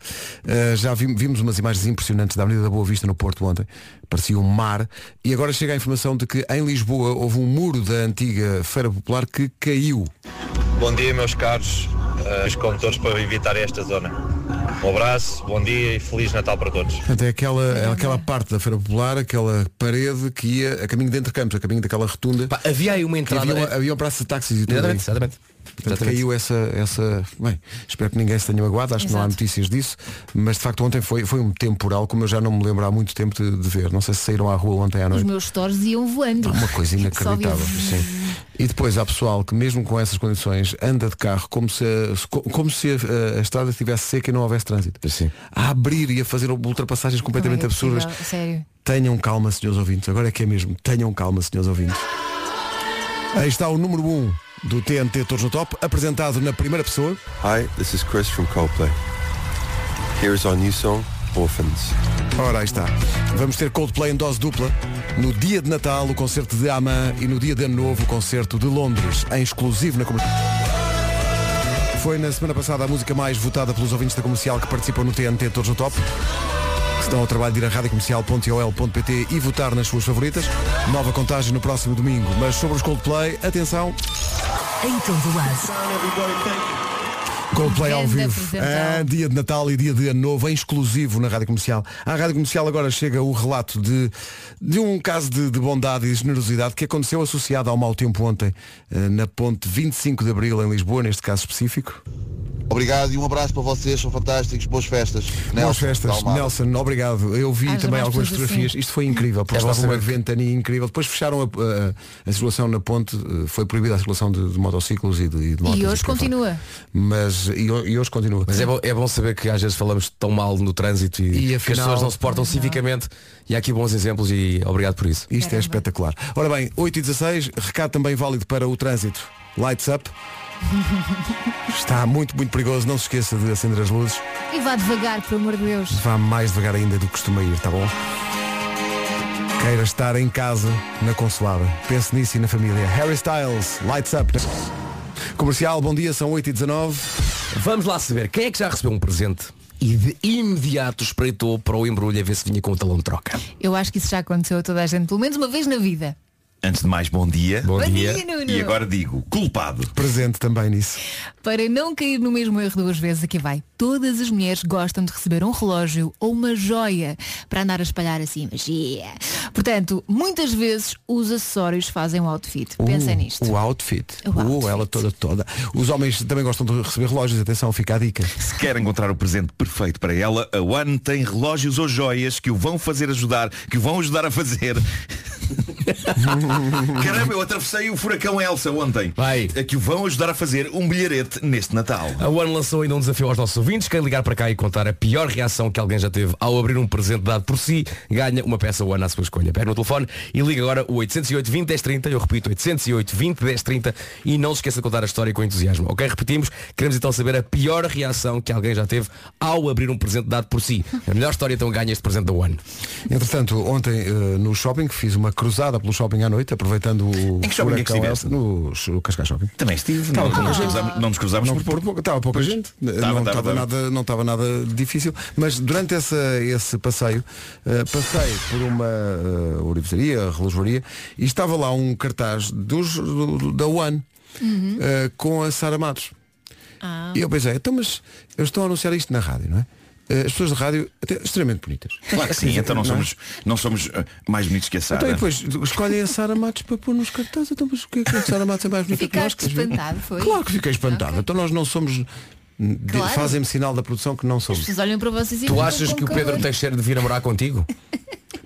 Speaker 2: Eh, já vim- vimos umas imagens impressionantes da Avenida da Boa Vista no Porto ontem, parecia um mar. E agora chega a informação de que em Lisboa houve um muro da antiga Feira Popular que caiu.
Speaker 10: Bom dia, meus caros, eh, os condutores para evitar esta zona. Um abraço, bom dia e Feliz Natal para todos.
Speaker 2: Portanto, é aquela, é aquela parte da Feira Popular, aquela parede que ia a caminho de entre campos, a caminho daquela rotunda.
Speaker 7: Pá, havia aí uma
Speaker 2: que
Speaker 7: entrada...
Speaker 2: havia, um- havia um praça de táxis e tudo.
Speaker 7: Exatamente,
Speaker 2: aí.
Speaker 7: exatamente.
Speaker 2: Portanto,
Speaker 7: Exatamente.
Speaker 2: caiu essa, essa. Bem, espero que ninguém se tenha magoado, acho que não há
Speaker 1: Exato.
Speaker 2: notícias disso, mas de facto ontem foi, foi um temporal, como eu já não me lembro há muito tempo de, de ver. Não sei se saíram à rua ontem à
Speaker 1: Os
Speaker 2: noite.
Speaker 1: meus stores iam voando.
Speaker 2: Uma coisa inacreditável.
Speaker 1: Só vi-
Speaker 2: sim. E depois há pessoal que mesmo com essas condições anda de carro como se, se- co- como se eh, a, a estrada estivesse seca e não houvesse trânsito.
Speaker 7: Sim.
Speaker 2: A abrir e a fazer ultrapassagens completamente
Speaker 1: Não é
Speaker 2: absurdas.
Speaker 1: possível, Sério.
Speaker 2: Tenham calma, senhores ouvintes. Agora é que é mesmo. Tenham calma, senhores ouvintes. Aí está o número 1 um do TNT Todos no Top, apresentado na primeira pessoa.
Speaker 10: Hi, this is Chris from Coldplay. Here's our new song, Orphans.
Speaker 2: Ora, aí está. Vamos ter Coldplay em dose dupla. No dia de Natal, o concerto de Amã e no dia de Ano Novo, o concerto de Londres, em exclusivo na comercial. Foi na semana passada a música mais votada pelos ouvintes da comercial que participam no TNT Todos no Top. Que se dão ao trabalho de ir a radiocomercial.ol.pt e votar nas suas favoritas. Nova contagem no próximo domingo. Mas sobre os Coldplay, atenção,
Speaker 1: Em todo o lado.
Speaker 2: Coldplay ao
Speaker 1: Grande
Speaker 2: vivo.
Speaker 1: apresentação.
Speaker 2: Ah, dia de Natal e dia de Ano Novo, em exclusivo na Rádio Comercial. À Rádio Comercial agora chega o relato de, de um caso de, de bondade e generosidade que aconteceu associado ao mau tempo ontem, eh, na ponte 25 de Abril, em Lisboa, neste caso específico.
Speaker 10: Obrigado e um abraço para vocês, são fantásticos, boas festas.
Speaker 2: Boas festas. Nelson, obrigado. Eu vi
Speaker 1: Ah, já
Speaker 2: também
Speaker 1: vais
Speaker 2: algumas
Speaker 1: todos
Speaker 2: fotografias. Isto foi incrível, porque
Speaker 7: É bom
Speaker 2: estava uma
Speaker 7: saber que-
Speaker 2: ventania incrível. Depois fecharam a, a- a circulação na ponte, eh, foi proibida a circulação de, de motociclos e de, e de motos.
Speaker 1: E
Speaker 2: por aí
Speaker 1: hoje
Speaker 2: fora.
Speaker 1: continua.
Speaker 2: Mas, e, ho- e hoje continua.
Speaker 7: Mas é bom, é bom saber que às vezes falamos tão mal no trânsito
Speaker 2: E
Speaker 7: e, que as
Speaker 2: afinal-
Speaker 7: pessoas não se portam civicamente e há aqui bons exemplos e obrigado por isso.
Speaker 2: Isto é espetacular. Ora bem, 8 e 16 recado também válido para o trânsito. Lights up. Está muito, muito perigoso. Não se esqueça de acender as luzes.
Speaker 1: E vá devagar, por amor de Deus.
Speaker 2: Vá mais devagar ainda do que costuma ir, tá bom? Queira estar em casa, na consolada. Pense nisso e na família. Harry Styles, Lights Up. Comercial, bom dia, são 8 e 19
Speaker 7: Vamos lá saber quem é que já recebeu um presente e de imediato espreitou para o embrulho a ver se vinha com o talão de troca.
Speaker 1: Eu acho que isso já aconteceu a toda a gente, pelo menos uma vez na vida.
Speaker 11: Antes de mais, bom dia.
Speaker 1: Bom dia. dia, Nuno.
Speaker 11: E agora digo, culpado.
Speaker 2: Presente também nisso.
Speaker 1: Para não cair no mesmo erro duas vezes, aqui vai. Todas as mulheres gostam de receber um relógio ou uma joia para andar a espalhar assim magia. Portanto, muitas vezes os acessórios fazem o outfit. Pensa
Speaker 2: Uh,
Speaker 1: nisto.
Speaker 2: O outfit.
Speaker 1: O
Speaker 2: Uh,
Speaker 1: outfit.
Speaker 2: ela toda, toda. Os homens também gostam de receber relógios, atenção, fica a dica.
Speaker 11: Se quer encontrar o presente perfeito para ela, a One tem relógios ou joias que o vão fazer ajudar, que o vão ajudar
Speaker 1: [LAUGHS]
Speaker 11: a fazer. Caramba, eu atravessei o furacão Elsa ontem. Vai. A que o vão ajudar a fazer um bilharete neste Natal.
Speaker 7: A One lançou ainda um desafio aos nossos ouvintes. Quem ligar para cá e contar a pior reação que alguém já teve ao abrir um presente dado por si, ganha uma peça One à sua escolha. Pega no telefone e liga agora o 808 20 10 30. Eu repito, 808 20 10 30. E não se esqueça de contar a história com entusiasmo. Ok, repetimos. Queremos então saber a pior reação que alguém já teve ao abrir um presente dado por si. A melhor história então ganha este presente da One.
Speaker 2: Entretanto, ontem eh, no shopping fiz uma cruzada pelo shopping à noite, aproveitando o
Speaker 11: Em que shopping é que
Speaker 2: furacão
Speaker 11: estiveste?
Speaker 2: Elsa, no sh- Cascais Shopping.
Speaker 11: Também estive,
Speaker 2: Estava
Speaker 11: não, não
Speaker 2: pouca
Speaker 11: nos
Speaker 2: gente.
Speaker 11: cruzámos, não nos cruzámos
Speaker 2: Não,
Speaker 11: por
Speaker 2: por pouco- estava pouca gente, eh,
Speaker 11: Estava, estava,
Speaker 2: não estava
Speaker 11: estava.
Speaker 2: nada, não estava nada difícil, mas durante essa, esse passeio, eh, passei por uma uh, orivesaria, relojoaria, e estava lá um cartaz dos, do- do- da One eh, com a Sara Matos. E eu pensei, então mas eu estou a anunciar isto na rádio, não é? Eh, As pessoas de rádio, até extremamente bonitas.
Speaker 11: Claro que sim, então não
Speaker 2: é?
Speaker 11: somos, não somos eh, mais bonitos que a Sara.
Speaker 2: Então e depois escolhem a Sara Matos para pôr nos cartazes. Então mas o que é que a Sara Matos é mais bonita que nós?
Speaker 1: Ficaste espantado, foi?
Speaker 2: Claro que fiquei espantado. Então nós não somos. de-
Speaker 1: Claro.
Speaker 2: Fazem-me sinal da produção que não somos.
Speaker 1: Vocês olham para vocês e
Speaker 2: Tu
Speaker 1: ficam
Speaker 2: achas
Speaker 1: com
Speaker 2: que o
Speaker 1: calor.
Speaker 2: Pedro tem-
Speaker 7: Cheiro de vir a morar contigo?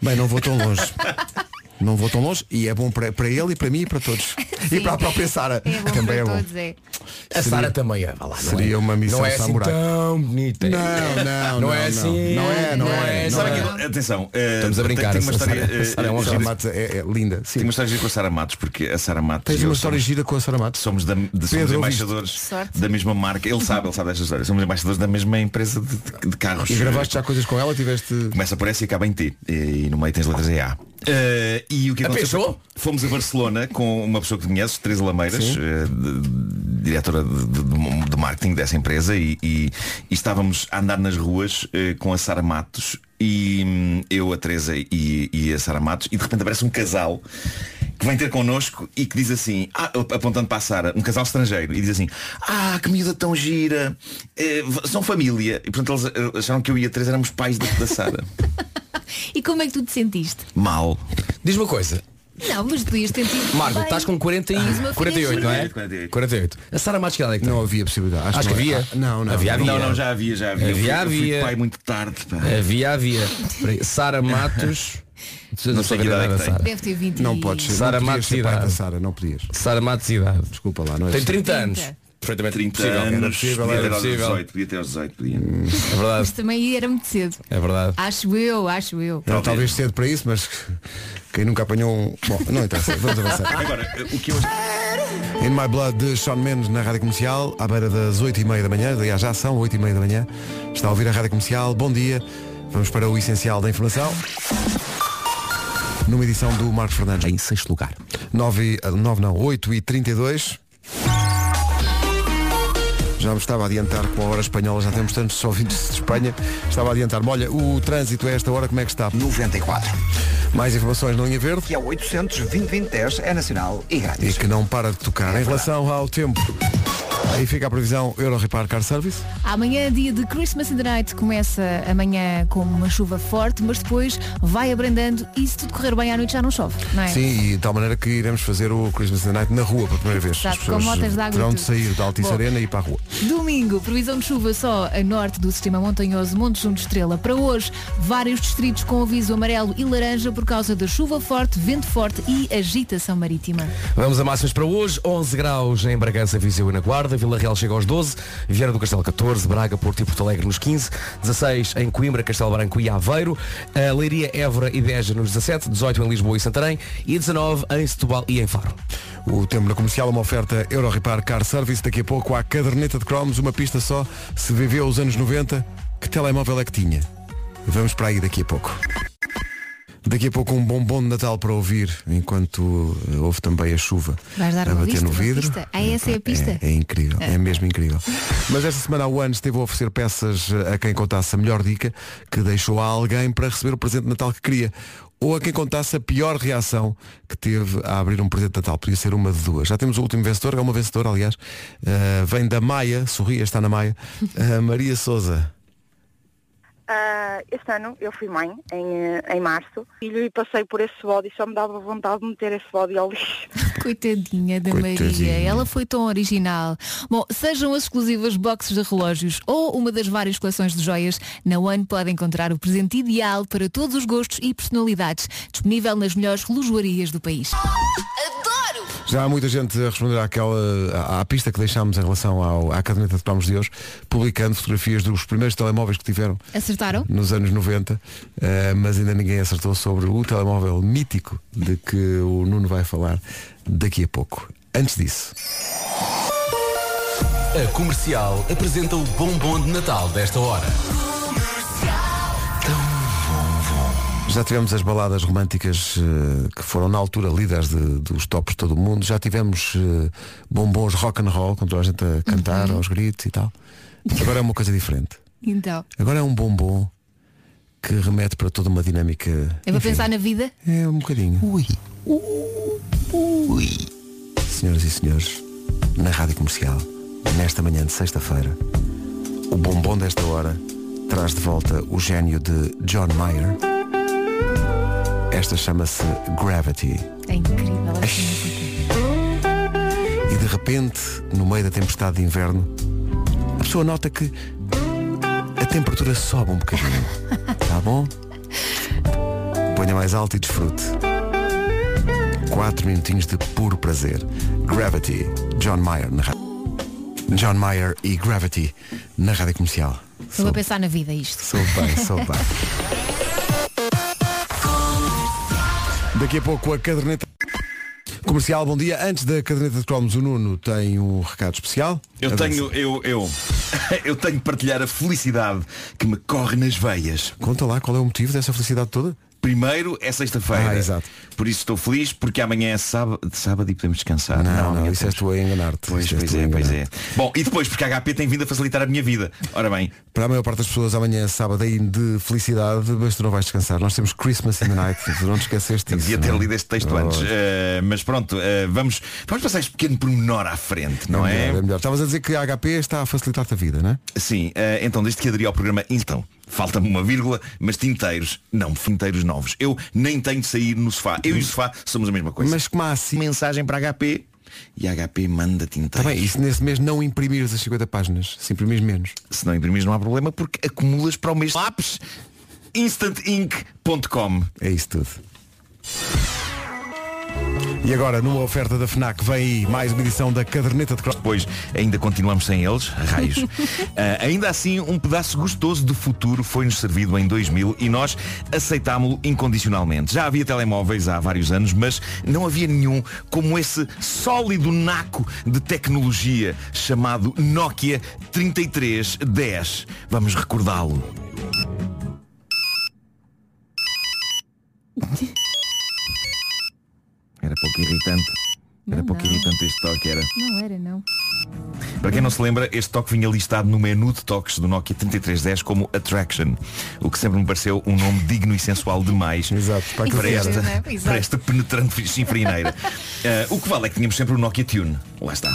Speaker 2: Bem, não vou tão longe. Não vou tão longe e é bom para, para ele e para mim e
Speaker 1: [LAUGHS]
Speaker 2: para todos. E
Speaker 1: Sim.
Speaker 2: para a própria Sara.
Speaker 1: É bom
Speaker 2: [LAUGHS] Também
Speaker 1: para
Speaker 2: é bom.
Speaker 1: todos, é.
Speaker 7: A Sara também é. Vá lá, não
Speaker 2: Seria uma missão
Speaker 7: não é assim
Speaker 2: samurai.
Speaker 7: tão bonita.
Speaker 2: Não, não,
Speaker 7: não
Speaker 2: não,
Speaker 7: é assim.
Speaker 2: não. Não é, não é, não
Speaker 11: Sabe
Speaker 2: é.
Speaker 11: aquilo- Atenção, eh,
Speaker 7: Estamos a brincar,
Speaker 11: Tenho uma
Speaker 7: a Sara-
Speaker 11: história, eh,
Speaker 7: a Sara é um
Speaker 11: gira-
Speaker 7: anjo.
Speaker 2: Matos é, é linda. Sim.
Speaker 11: tenho uma história gira com a Sara Matos, porque a Sara Matos.
Speaker 2: Tens
Speaker 11: e eu
Speaker 2: uma história
Speaker 11: somos-
Speaker 2: gira com a Sara Matos.
Speaker 11: Somos, da, de- somos
Speaker 2: Pedro,
Speaker 11: embaixadores
Speaker 1: Sorte.
Speaker 11: da mesma marca. Ele sabe, ele sabe desta história. Somos embaixadores da mesma empresa de, de- de carros.
Speaker 2: E gravaste já coisas com ela, tiveste.
Speaker 11: Começa por S e acaba em T. E no meio tens letras EA. Eh, e o que
Speaker 7: A
Speaker 11: aconteceu?
Speaker 7: pessoa?
Speaker 11: Fomos a Barcelona com uma pessoa que conheces, Teresa Lameiras, eh, de- de- diretora de, de- de marketing dessa empresa, e, e- e estávamos a andar nas ruas eh, com a Sara Matos e hum, eu, a Teresa e, e a Sara Matos, e de repente aparece um casal que vem ter connosco e que diz assim, ah, apontando para a Sara, um casal estrangeiro, e diz assim, ah, que miúda tão gira, eh, v- são família. E portanto eles eh, acharam que eu e a Teresa éramos pais da, da Sara.
Speaker 1: E como é que tu te sentiste?
Speaker 11: Mal.
Speaker 7: Diz uma coisa.
Speaker 1: Não, mas podias ter sentido.
Speaker 7: Marco,
Speaker 1: bem.
Speaker 7: estás com 40 e...
Speaker 1: Fiz uma
Speaker 7: 48, não é?
Speaker 11: 48.
Speaker 7: 48. A Sara Matos que idade é que tem?
Speaker 2: Não havia possibilidade.
Speaker 7: Acho que
Speaker 2: não é.
Speaker 7: havia.
Speaker 2: Ah, Não, não.
Speaker 7: Havia, havia.
Speaker 11: Não, não, já havia, já havia. Eu fui-
Speaker 7: Havia,
Speaker 11: eu fui
Speaker 7: havia.
Speaker 11: pai muito tarde, pá.
Speaker 7: Havia, havia. Peraí, Sara
Speaker 2: [LAUGHS]
Speaker 7: Matos.
Speaker 11: Não sei que idade é que tem.
Speaker 1: Deve ter 20
Speaker 2: Não
Speaker 1: e-
Speaker 2: podes ser.
Speaker 7: Sara
Speaker 2: não podias
Speaker 7: Matos
Speaker 2: ser pai
Speaker 7: idade.
Speaker 2: da Sara, não podias.
Speaker 7: Sara Matos idade.
Speaker 2: Desculpa lá, não é
Speaker 7: Tem
Speaker 2: possível.
Speaker 7: 30 anos.
Speaker 1: 30.
Speaker 7: Perfeitamente
Speaker 11: 30
Speaker 7: possível.
Speaker 11: anos,
Speaker 7: possível,
Speaker 11: podia
Speaker 7: era
Speaker 11: ter aos
Speaker 7: possível.
Speaker 11: 18, podia ter aos 18, podia.
Speaker 7: É verdade,
Speaker 1: Mas também era muito cedo.
Speaker 7: é verdade.
Speaker 1: Acho eu, acho eu.
Speaker 2: Não, talvez cedo para isso, mas [LAUGHS] quem nunca apanhou um. Bom, não interessa, vamos
Speaker 11: [LAUGHS]
Speaker 2: avançar.
Speaker 11: Agora, o que eu acho.
Speaker 2: In My Blood de Sean Mendes na Rádio Comercial, à beira das 8h30 da manhã, aliás já são 8h30 da manhã, está a ouvir a Rádio Comercial, bom dia, vamos para o essencial da informação. Numa edição do Marco Fernandes.
Speaker 3: Em sexto lugar.
Speaker 2: 9, e- 9 não, 8 e 32. Já me estava a adiantar com a hora espanhola, já temos tantos ouvintes de Espanha. Estava a adiantar-me. Olha, o trânsito a esta hora, como é que está?
Speaker 4: 94.
Speaker 2: Mais informações na linha verde
Speaker 4: Que é 800 é nacional e
Speaker 2: e
Speaker 4: grátis.
Speaker 2: que não para de tocar. Em relação ao tempo, aí fica a previsão Euro Repar Car Service.
Speaker 1: Amanhã, é dia de Christmas in the Night, começa amanhã com uma chuva forte, mas depois vai abrandando e se tudo correr bem à noite já não chove, não é?
Speaker 2: Sim, e de tal maneira que iremos fazer o Christmas in the Night na rua pela primeira vez.
Speaker 1: Exato,
Speaker 2: As pessoas
Speaker 1: com motas de água e
Speaker 2: terão de
Speaker 1: tudo.
Speaker 2: sair da Altice
Speaker 1: Bom.
Speaker 2: Arena e ir para a rua.
Speaker 1: Domingo, previsão de chuva só a norte do sistema montanhoso Monte Junto Estrela. Para hoje, vários distritos com aviso amarelo e laranja por causa da chuva forte, vento forte e agitação marítima.
Speaker 7: Vamos a máximas para hoje. 11 graus em Bragança, Viseu e na Guarda. Vila Real chega aos 12. Vieira do Castelo 14. Braga, Porto e Porto Alegre nos 15. 16 em Coimbra, Castelo Branco e Aveiro. Eh, Leiria, Évora e Beja nos 17. 18 em Lisboa e Santarém. E 19 em Setúbal e em Faro.
Speaker 2: O tempo na comercial, uma oferta Euro Repar Car Service. Daqui a pouco há caderneta de cromos, uma pista só. Se viveu os anos 90, que telemóvel é que tinha? Vamos para aí daqui a pouco. Daqui a pouco um bombom de Natal para ouvir, enquanto eh, houve também a chuva
Speaker 1: Vais dar
Speaker 2: a
Speaker 1: uma
Speaker 2: bater
Speaker 1: vista,
Speaker 2: no
Speaker 1: uma
Speaker 2: vidro.
Speaker 1: pista? Ah, essa é a pista?
Speaker 2: É, é incrível,
Speaker 1: Ah.
Speaker 2: é
Speaker 1: [LAUGHS]
Speaker 2: mesmo incrível. Mas esta semana a One esteve a oferecer peças eh, a quem contasse a melhor dica que deixou a alguém para receber o presente de Natal que queria. Ou a quem contasse a pior reação que teve a abrir um presente de Natal. Podia ser uma de duas. Já temos o último vencedor, é uma vencedora, aliás. Eh, vem da Maia, sorria, está na Maia. [LAUGHS] Eh, Maria Souza.
Speaker 12: Ah, este ano eu fui mãe, em, eh, em março, filho, e passei por esse bode e só me dava vontade de meter esse bode ao lixo.
Speaker 1: Coitadinha da Maria,
Speaker 12: Coitadinha.
Speaker 1: ela foi tão original. Bom, sejam as exclusivas boxes de relógios ou uma das várias coleções de joias, na One pode encontrar o presente ideal para todos os gostos e personalidades, disponível nas melhores relojoarias do país.
Speaker 2: Já há muita gente a responder àquela, à, à pista que deixámos em relação ao, à caderneta de cromos de hoje, publicando fotografias dos primeiros telemóveis que tiveram
Speaker 1: Acertaram?
Speaker 2: nos anos 90, eh, mas ainda ninguém acertou sobre o telemóvel mítico de que o Nuno vai falar daqui a pouco. Antes disso.
Speaker 13: A comercial apresenta o bombom de Natal desta hora.
Speaker 2: Já tivemos as baladas românticas eh, que foram na altura líderes de- dos tops de todo o mundo. Já tivemos eh, bombons rock and roll, com toda a gente a cantar aos gritos e tal. Agora é uma coisa diferente.
Speaker 1: Então,
Speaker 2: Agora é um bombom que remete para toda uma dinâmica.
Speaker 1: eu vou pensar na vida?
Speaker 2: É um bocadinho. Ui. Ui. Senhoras e senhores, na Rádio Comercial, nesta manhã de sexta-feira, o bombom desta hora traz de volta o gênio de John Mayer. Esta chama-se Gravity.
Speaker 1: É incrível.
Speaker 2: E de repente, no meio da tempestade de inverno, a pessoa nota que a temperatura sobe um bocadinho. Tá bom? Ponha mais alto e desfrute. 4 minutinhos de puro prazer. Gravity, John Mayer na rádio. John Mayer e Gravity na rádio comercial.
Speaker 1: Eu vou pensar na vida isto.
Speaker 2: Sou bem, sou bem. Daqui a pouco a caderneta. Comercial, bom dia. Antes da caderneta de cromos, o Nuno tem um recado especial.
Speaker 11: Eu
Speaker 2: Avança.
Speaker 11: tenho, eu, eu, [LAUGHS] eu tenho de partilhar a felicidade que me corre nas veias.
Speaker 2: Conta lá qual é o motivo dessa felicidade toda.
Speaker 11: Primeiro é sexta-feira.
Speaker 2: Ah, exato.
Speaker 11: Por isso estou feliz porque amanhã é sábado, sábado e podemos descansar.
Speaker 2: Não, não,
Speaker 11: amanhã
Speaker 7: é
Speaker 2: isso és tu a enganar-te.
Speaker 11: Pois,
Speaker 2: Isso és
Speaker 11: pois
Speaker 2: tu a
Speaker 11: é, pois é.
Speaker 2: enganar-te.
Speaker 11: Bom, e depois porque a HP tem vindo a facilitar a minha vida. Ora bem,
Speaker 2: Para a maior parte das pessoas, amanhã é sábado aí de felicidade, mas tu não vais descansar. Nós temos Christmas in the Night, tu não te esqueceste disso.
Speaker 11: devia ter
Speaker 2: não é?
Speaker 11: lido este texto
Speaker 2: Oh,
Speaker 11: antes. Eh, mas pronto, eh, vamos, vamos passar este pequeno pormenor à frente, não
Speaker 2: é
Speaker 11: é?
Speaker 2: melhor, é melhor. Estavas a dizer que a HP está a facilitar-te a vida, não é?
Speaker 11: Sim, eh, então desde que aderi ao programa Então, falta-me uma vírgula, mas tinteiros, não, tinteiros novos. Eu nem tenho de sair no sofá. Eu e o sofá somos a mesma coisa.
Speaker 2: Mas como há assim?
Speaker 11: Mensagem para HP. E a HP manda
Speaker 2: Está
Speaker 11: tinteiros.
Speaker 2: bem, e se nesse mês não imprimires as 50 páginas, se imprimis menos.
Speaker 11: Se não imprimis não há problema porque acumulas para o mês lápis instantink.com.
Speaker 2: É isso tudo. E agora, numa oferta da FNAC, vem aí mais uma edição da Caderneta de Cromos.
Speaker 11: Depois ainda continuamos sem eles, [LAUGHS] raios. Ah, ainda assim, um pedaço gostoso do futuro foi-nos servido em 2000 e nós aceitámo-lo incondicionalmente. Já havia telemóveis há vários anos, mas não havia nenhum como esse sólido naco de tecnologia chamado Nokia 3310. Vamos recordá-lo. Era pouco irritante. Era pouco irritante este toque, era.
Speaker 1: Não era, não.
Speaker 11: Para quem não se lembra, este toque vinha listado no menu de toques do Nokia 3310 como Attraction, o que sempre me pareceu um nome digno e sensual demais
Speaker 2: para
Speaker 11: para,
Speaker 2: aquilo que era.
Speaker 11: esta,
Speaker 2: Né?
Speaker 11: [LAUGHS]
Speaker 2: Exato.
Speaker 11: para esta penetrante chinfrineira.
Speaker 2: [LAUGHS]
Speaker 11: Eh, o que vale é que tínhamos sempre o Nokia Tune. Lá está.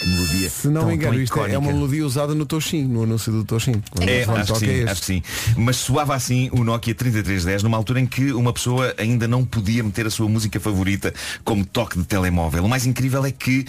Speaker 11: Que melodia
Speaker 2: Se
Speaker 11: tão-
Speaker 2: não me
Speaker 11: tão
Speaker 2: engano, isto é- é
Speaker 11: icónica.
Speaker 2: uma melodia usada no Toshin, no anúncio do Toshin. Quando
Speaker 11: É,
Speaker 2: o telefone
Speaker 11: acho que,
Speaker 2: toca, é
Speaker 11: sim,
Speaker 2: este.
Speaker 11: acho que sim. Mas soava assim o Nokia 3310 numa altura em que uma pessoa ainda não podia meter a sua música favorita como toque de telemóvel. O mais incrível é que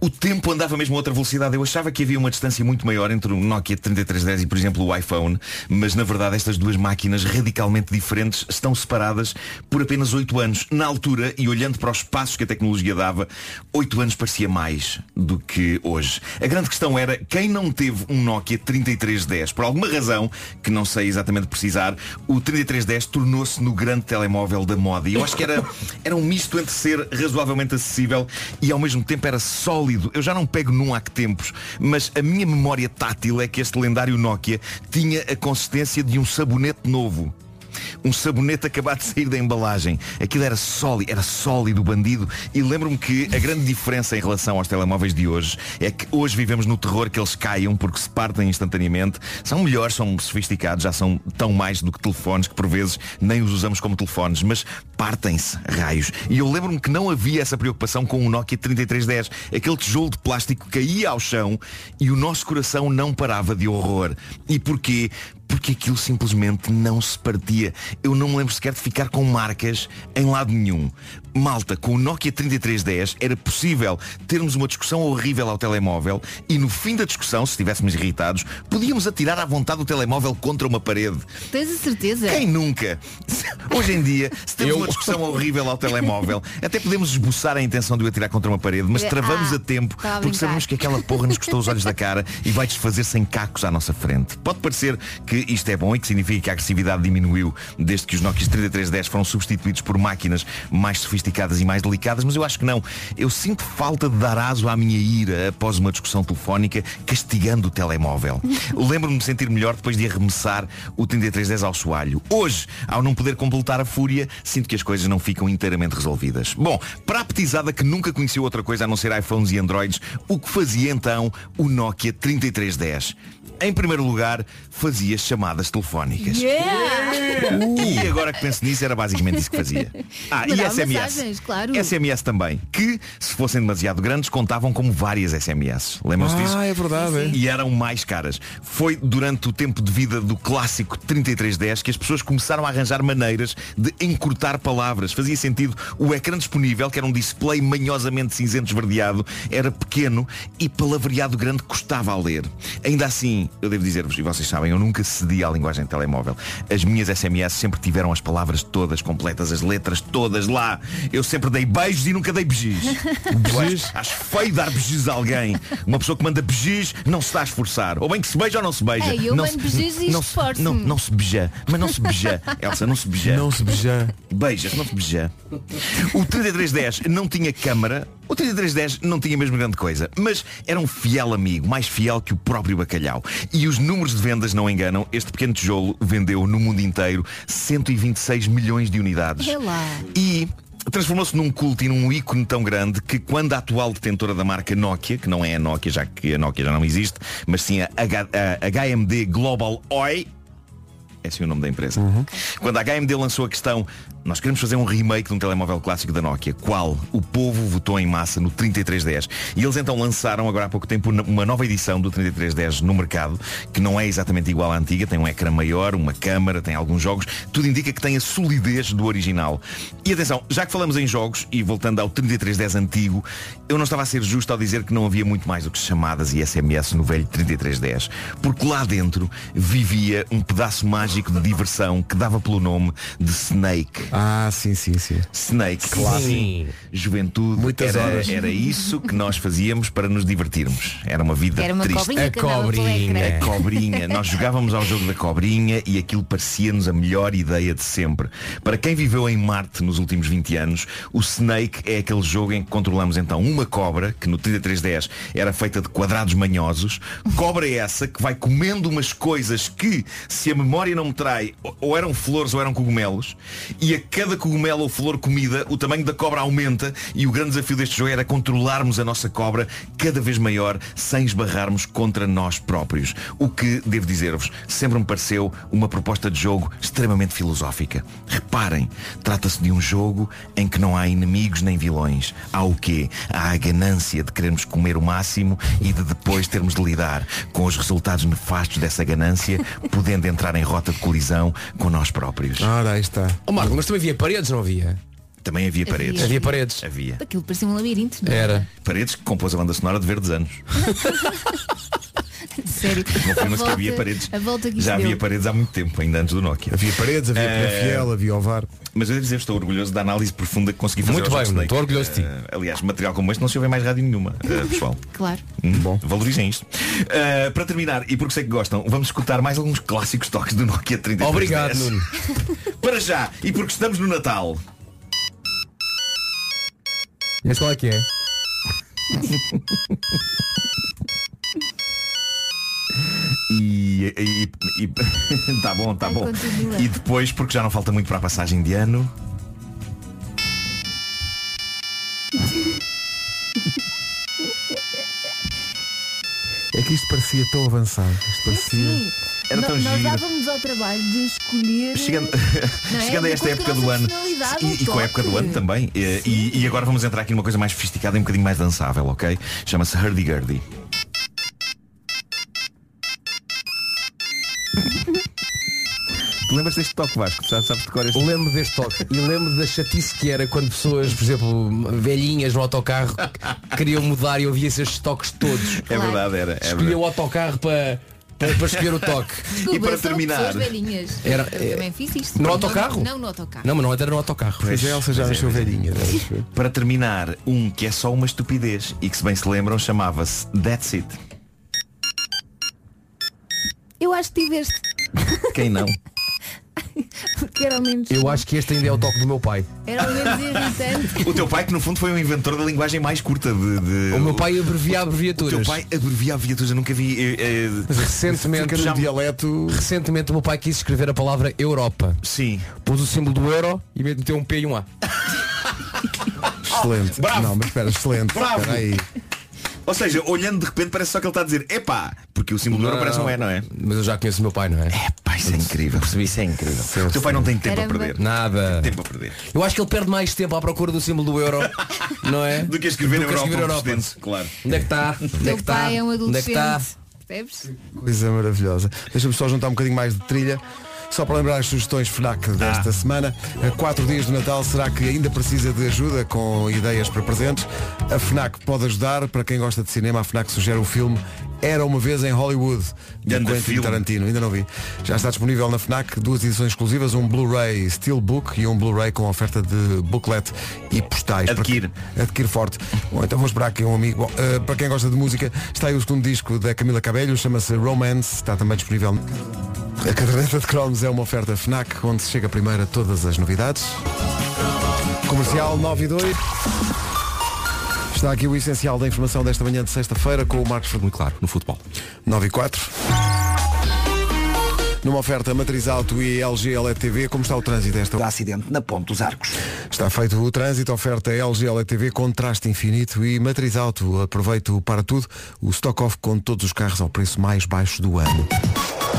Speaker 11: o tempo andava mesmo a outra velocidade. Eu achava que havia uma distância muito maior entre o Nokia 3310 e, por exemplo, o iPhone, mas na verdade estas duas máquinas radicalmente diferentes estão separadas por apenas 8 anos. Na altura, e olhando para os passos que a tecnologia dava, 8 anos parecia mais do que hoje. hoje. A grande questão era quem não teve um Nokia 3310, por alguma razão que não sei exatamente precisar, o 3310 tornou-se no grande telemóvel da moda. E eu acho que era, era um misto entre ser razoavelmente acessível e ao mesmo tempo era sólido. Eu já não pego num há que tempos, mas a minha memória tátil é que este lendário Nokia tinha a consistência de um sabonete novo. Um sabonete acabado de sair da embalagem. Aquilo era sólido, era sólido o bandido. E lembro-me que a grande diferença em relação aos telemóveis de hoje é que hoje vivemos no terror que eles caiam porque se partem instantaneamente. São melhores, são sofisticados, já são tão mais do que telefones que por vezes nem os usamos como telefones, mas partem-se, raios. E eu lembro-me que não havia essa preocupação com o Nokia 3310. Aquele tijolo de plástico caía ao chão e o nosso coração não parava de horror. E porquê? porque aquilo simplesmente não se partia. Eu não me lembro sequer de ficar com marcas em lado nenhum. Malta, com o Nokia 3310 era possível termos uma discussão horrível ao telemóvel e no fim da discussão, se estivéssemos irritados, podíamos atirar à vontade o telemóvel contra uma parede.
Speaker 1: Tens a certeza?
Speaker 11: Quem nunca? [LAUGHS] Hoje em dia, se temos uma discussão horrível ao telemóvel, até podemos esboçar a intenção de o atirar contra uma parede, mas
Speaker 1: Ah,
Speaker 11: travamos a tempo
Speaker 1: estava a
Speaker 11: porque
Speaker 1: brincar.
Speaker 11: sabemos que aquela porra nos custou os olhos da cara e vai desfazer sem cacos à nossa frente. Pode parecer que isto é bom e que significa que a agressividade diminuiu desde que os Nokia 3310 foram substituídos por máquinas mais sofisticadas e mais delicadas, mas eu acho que não. Eu sinto falta de dar aso à minha ira após uma discussão telefónica castigando o telemóvel. Lembro-me de sentir melhor depois de arremessar o 3310 ao soalho. Hoje, ao não poder completar a fúria, sinto que as coisas não ficam inteiramente resolvidas. Bom, para a petizada que nunca conheceu outra coisa a não ser iPhones e Androids, o que fazia então o Nokia 3310? Em primeiro lugar, fazia chamadas telefónicas. E agora que penso nisso, era basicamente isso que fazia. Ah, e
Speaker 1: Mandava
Speaker 11: SMS.
Speaker 1: mensagens, claro.
Speaker 11: SMS também, que, se fossem demasiado grandes, contavam como várias SMS. Lembram-se
Speaker 2: Ah,
Speaker 11: disso?
Speaker 2: é verdade, Sim, sim. é.
Speaker 11: E eram mais caras. Foi durante o tempo de vida do clássico 3310 que as pessoas começaram a arranjar maneiras de encurtar palavras. Fazia sentido o ecrã disponível, que era um display manhosamente cinzento esverdeado, era pequeno e palavreado grande custava a ler. Ainda assim, eu devo dizer-vos, e vocês sabem, eu nunca cedi à linguagem telemóvel. As minhas SMS sempre tiveram as palavras todas completas, as letras todas lá. Eu sempre dei beijos e nunca dei beijos. Eu Acho, acho feio dar beijos a alguém. Uma pessoa que manda beijos não se está a esforçar. Ou bem que se beija ou não se beija.
Speaker 1: Ei, É, eu
Speaker 11: não
Speaker 1: mando
Speaker 11: se-
Speaker 1: beijos e
Speaker 11: não se-
Speaker 1: esforço-me.
Speaker 11: Não, não se beija. Mas não
Speaker 1: [LAUGHS]
Speaker 11: se beija. Elsa, não se beija. Não se beija. Beijas, não se beija. O 3310 não tinha câmara. O 3310 não tinha mesmo grande coisa, mas era um fiel amigo, mais fiel que o próprio bacalhau. E os números de vendas não enganam. Este pequeno tijolo vendeu no mundo inteiro 126 milhões de unidades.
Speaker 1: É lá.
Speaker 11: E transformou-se num culto e num ícone tão grande que quando a atual detentora da marca Nokia, que não é a Nokia, já que a Nokia já não existe, mas sim a, H- a HMD Global OI, esse é o nome da empresa. Quando a HMD lançou a questão, nós queremos fazer um remake de um telemóvel clássico da Nokia. Qual? O povo votou em massa no 3310. E eles então lançaram agora há pouco tempo uma nova edição do 3310 no mercado, que não é exatamente igual à antiga, tem um ecrã maior, uma câmara, tem alguns jogos, tudo indica que tem a solidez do original. E atenção, já que falamos em jogos, e voltando ao 3310 antigo, eu não estava a ser justo ao dizer que não havia muito mais do que chamadas e SMS no velho 3310, porque lá dentro vivia um pedaço mágico de diversão que dava pelo nome de Snake.
Speaker 2: Ah, sim, sim, sim.
Speaker 11: Snake,
Speaker 2: Claro.
Speaker 11: sim. Juventude
Speaker 2: Muitas
Speaker 11: era,
Speaker 2: horas.
Speaker 11: era isso que nós fazíamos para nos divertirmos. Era uma vida
Speaker 1: Era uma
Speaker 11: Tá triste.
Speaker 1: cobrinha A que andava pelo cobrinha. ecrã.
Speaker 11: A cobrinha. Nós jogávamos ao jogo da cobrinha e aquilo parecia-nos a melhor ideia de sempre. Para quem viveu em Marte nos últimos 20 anos, o Snake é aquele jogo em que controlamos então uma cobra, que no 3310 era feita de quadrados manhosos. Cobra é essa que vai comendo umas coisas que, se a memória não me trai, ou- ou eram flores ou eram cogumelos. E a cada cogumelo ou flor comida, o tamanho da cobra aumenta e o grande desafio deste jogo era controlarmos a nossa cobra cada vez maior sem esbarrarmos contra nós próprios. O que, devo dizer-vos, sempre me pareceu uma proposta de jogo extremamente filosófica. Reparem, trata-se de um jogo em que não há inimigos nem vilões. Há o quê? Há a ganância de querermos comer o máximo e de depois termos de lidar com os resultados nefastos dessa ganância, podendo entrar em rota de colisão com nós próprios.
Speaker 2: Ora, aí está.
Speaker 7: Ó Oh, Marco, mas também havia paredes, não havia?
Speaker 11: Também havia
Speaker 1: Havia.
Speaker 11: paredes.
Speaker 1: Havia
Speaker 7: paredes.
Speaker 11: Havia.
Speaker 1: Aquilo parecia um labirinto, não é?
Speaker 11: Paredes que compôs a banda sonora de Verdes Anos.
Speaker 1: [LAUGHS] Sério.
Speaker 11: Não foi,
Speaker 1: A
Speaker 11: mas que
Speaker 1: volta-
Speaker 11: havia paredes.
Speaker 1: A volta que
Speaker 11: Já
Speaker 1: isto
Speaker 11: havia
Speaker 1: deu.
Speaker 11: paredes há muito tempo, ainda antes do Nokia.
Speaker 2: Havia paredes, havia
Speaker 11: Eh,
Speaker 2: PFL, havia Ovar.
Speaker 11: Mas eu devo dizer, estou orgulhoso da análise profunda que consegui fazer.
Speaker 7: Muito
Speaker 11: aos
Speaker 7: bem,
Speaker 11: Snake.
Speaker 7: estou orgulhoso de ti.
Speaker 11: Eh, aliás, material como este não se ouve em mais rádio nenhuma, eh,
Speaker 7: [LAUGHS]
Speaker 11: pessoal.
Speaker 1: Claro.
Speaker 11: Hum, Valorizem isto. Eh, para terminar, e porque sei que gostam, vamos escutar mais alguns clássicos toques do Nokia 3310.
Speaker 7: Obrigado,
Speaker 11: [LAUGHS]
Speaker 7: Nuno.
Speaker 11: para já, e porque estamos no Natal.
Speaker 7: Mas qual é que é?
Speaker 11: E, e, e- e- [LAUGHS] tá bom, tá bom.
Speaker 9: continua.
Speaker 11: E depois, porque já não falta muito para a passagem de ano.
Speaker 2: É que isto parecia tão avançado. Isto parecia.
Speaker 11: Era
Speaker 1: No-
Speaker 11: tão
Speaker 1: nós
Speaker 11: giro.
Speaker 1: dávamos ao trabalho de escolher.
Speaker 11: Uhum.
Speaker 7: [LAUGHS]
Speaker 11: Chegando,
Speaker 1: Não é?
Speaker 11: [LAUGHS] chegando a
Speaker 1: De
Speaker 11: esta
Speaker 1: acordo com
Speaker 11: época
Speaker 1: a
Speaker 11: do
Speaker 1: nossa
Speaker 11: ano
Speaker 1: personalidade,
Speaker 11: e, e
Speaker 1: um
Speaker 11: com a época do
Speaker 1: toque.
Speaker 11: ano também eh, e, e agora vamos entrar aqui numa coisa mais sofisticada e um bocadinho mais dançável, ok? Chama-se Hurdy Gurdy. Tu [LAUGHS] lembras deste toque Vasco? Sabes, sabes de cor este
Speaker 7: Lembro deste toque e lembro da chatice que era quando pessoas, por exemplo, velhinhas no autocarro queriam mudar e ouvia-se estes toques todos.
Speaker 11: É verdade, era. É
Speaker 7: Escolhia o autocarro para, para, para escolher o toque.
Speaker 1: Desculpa, são pessoas velhinhas.
Speaker 7: Era-
Speaker 1: Eu também fiz isto.
Speaker 7: No autocarro?
Speaker 1: Não, no autocarro.
Speaker 7: Não, mas não era no autocarro.
Speaker 11: Pois, pois é, pois é. Para terminar, um que é só uma estupidez e que se bem se lembram chamava-se That's It.
Speaker 1: Eu acho que tiveste, [LAUGHS]
Speaker 11: Quem não?
Speaker 1: porque era ao menos,
Speaker 7: Eu acho que este ainda é o toque do meu pai.
Speaker 1: era ao menos irritante.
Speaker 11: [LAUGHS] O teu pai que no fundo foi um inventor da linguagem mais curta de. de-
Speaker 7: O meu pai abrevia abreviaturas.
Speaker 11: O teu pai abrevia abreviaturas, eu nunca vi. eh, eh,
Speaker 7: Mas recentemente
Speaker 11: já-
Speaker 7: dialeto recentemente o meu pai quis escrever a palavra Europa
Speaker 11: sim
Speaker 7: pôs o símbolo do euro e meteu um P e um A
Speaker 2: Excelente.
Speaker 11: Bravo.
Speaker 2: Não, mas espera, excelente.
Speaker 11: Bravo.
Speaker 2: Espera aí.
Speaker 11: Ou seja, olhando de repente parece só que ele está a dizer epá, porque o símbolo do euro parece um é, não é?
Speaker 7: mas eu já conheço o meu pai não é
Speaker 11: Epá, isso é incrível percebi isso é incrível o teu pai não tem tempo
Speaker 1: Caramba.
Speaker 11: a perder
Speaker 7: nada
Speaker 11: tempo a perder
Speaker 7: eu acho que ele perde mais tempo à procura do
Speaker 2: [LAUGHS]
Speaker 7: símbolo do euro não é
Speaker 11: do que a escrever
Speaker 7: Do que a
Speaker 11: Europa,
Speaker 7: escrever
Speaker 11: um
Speaker 7: Europa.
Speaker 11: presidente, claro
Speaker 7: onde é que está onde é
Speaker 1: Teu
Speaker 7: que está
Speaker 1: pai é um
Speaker 7: onde é
Speaker 1: adolescente.
Speaker 7: que está
Speaker 1: Percebes?
Speaker 2: Coisa maravilhosa. Deixa-me só juntar um bocadinho mais de trilha. Só para lembrar as sugestões FNAC
Speaker 11: Ah.
Speaker 2: desta semana, a quatro dias de Natal, será que ainda precisa de ajuda com ideias para presentes? A FNAC pode ajudar. Para quem gosta de cinema, a FNAC sugere o filme Era Uma Vez em Hollywood, de
Speaker 11: Ganda
Speaker 2: Quentin
Speaker 11: filme.
Speaker 2: Tarantino. Ainda não vi. Já está disponível na FNAC duas edições exclusivas, um Blu-ray Steelbook e um Blu-ray com oferta de booklet e postais. Para-
Speaker 11: Adquire.
Speaker 2: adquire forte. Bom, então vou esperar aqui um amigo. Bom, eh, para quem gosta de música, está aí o segundo disco da Camila Cabello, chama-se Romance, está também disponível. A caderneta de cromos é uma oferta FNAC, onde se chega primeiro a todas as novidades. Comercial 9 e 2. Está aqui o essencial da informação desta manhã de sexta-feira com o Marcos Fernandes.
Speaker 3: Claro, no futebol.
Speaker 2: 9 e 4. Numa oferta matriz alto e LG LED TV, como está o trânsito a esta hora?
Speaker 4: Acidente na Ponte dos Arcos.
Speaker 2: Está feito o trânsito, oferta LG LTV, contraste infinito e matriz alto. Aproveito para tudo o stock off com todos os carros ao preço mais baixo do ano.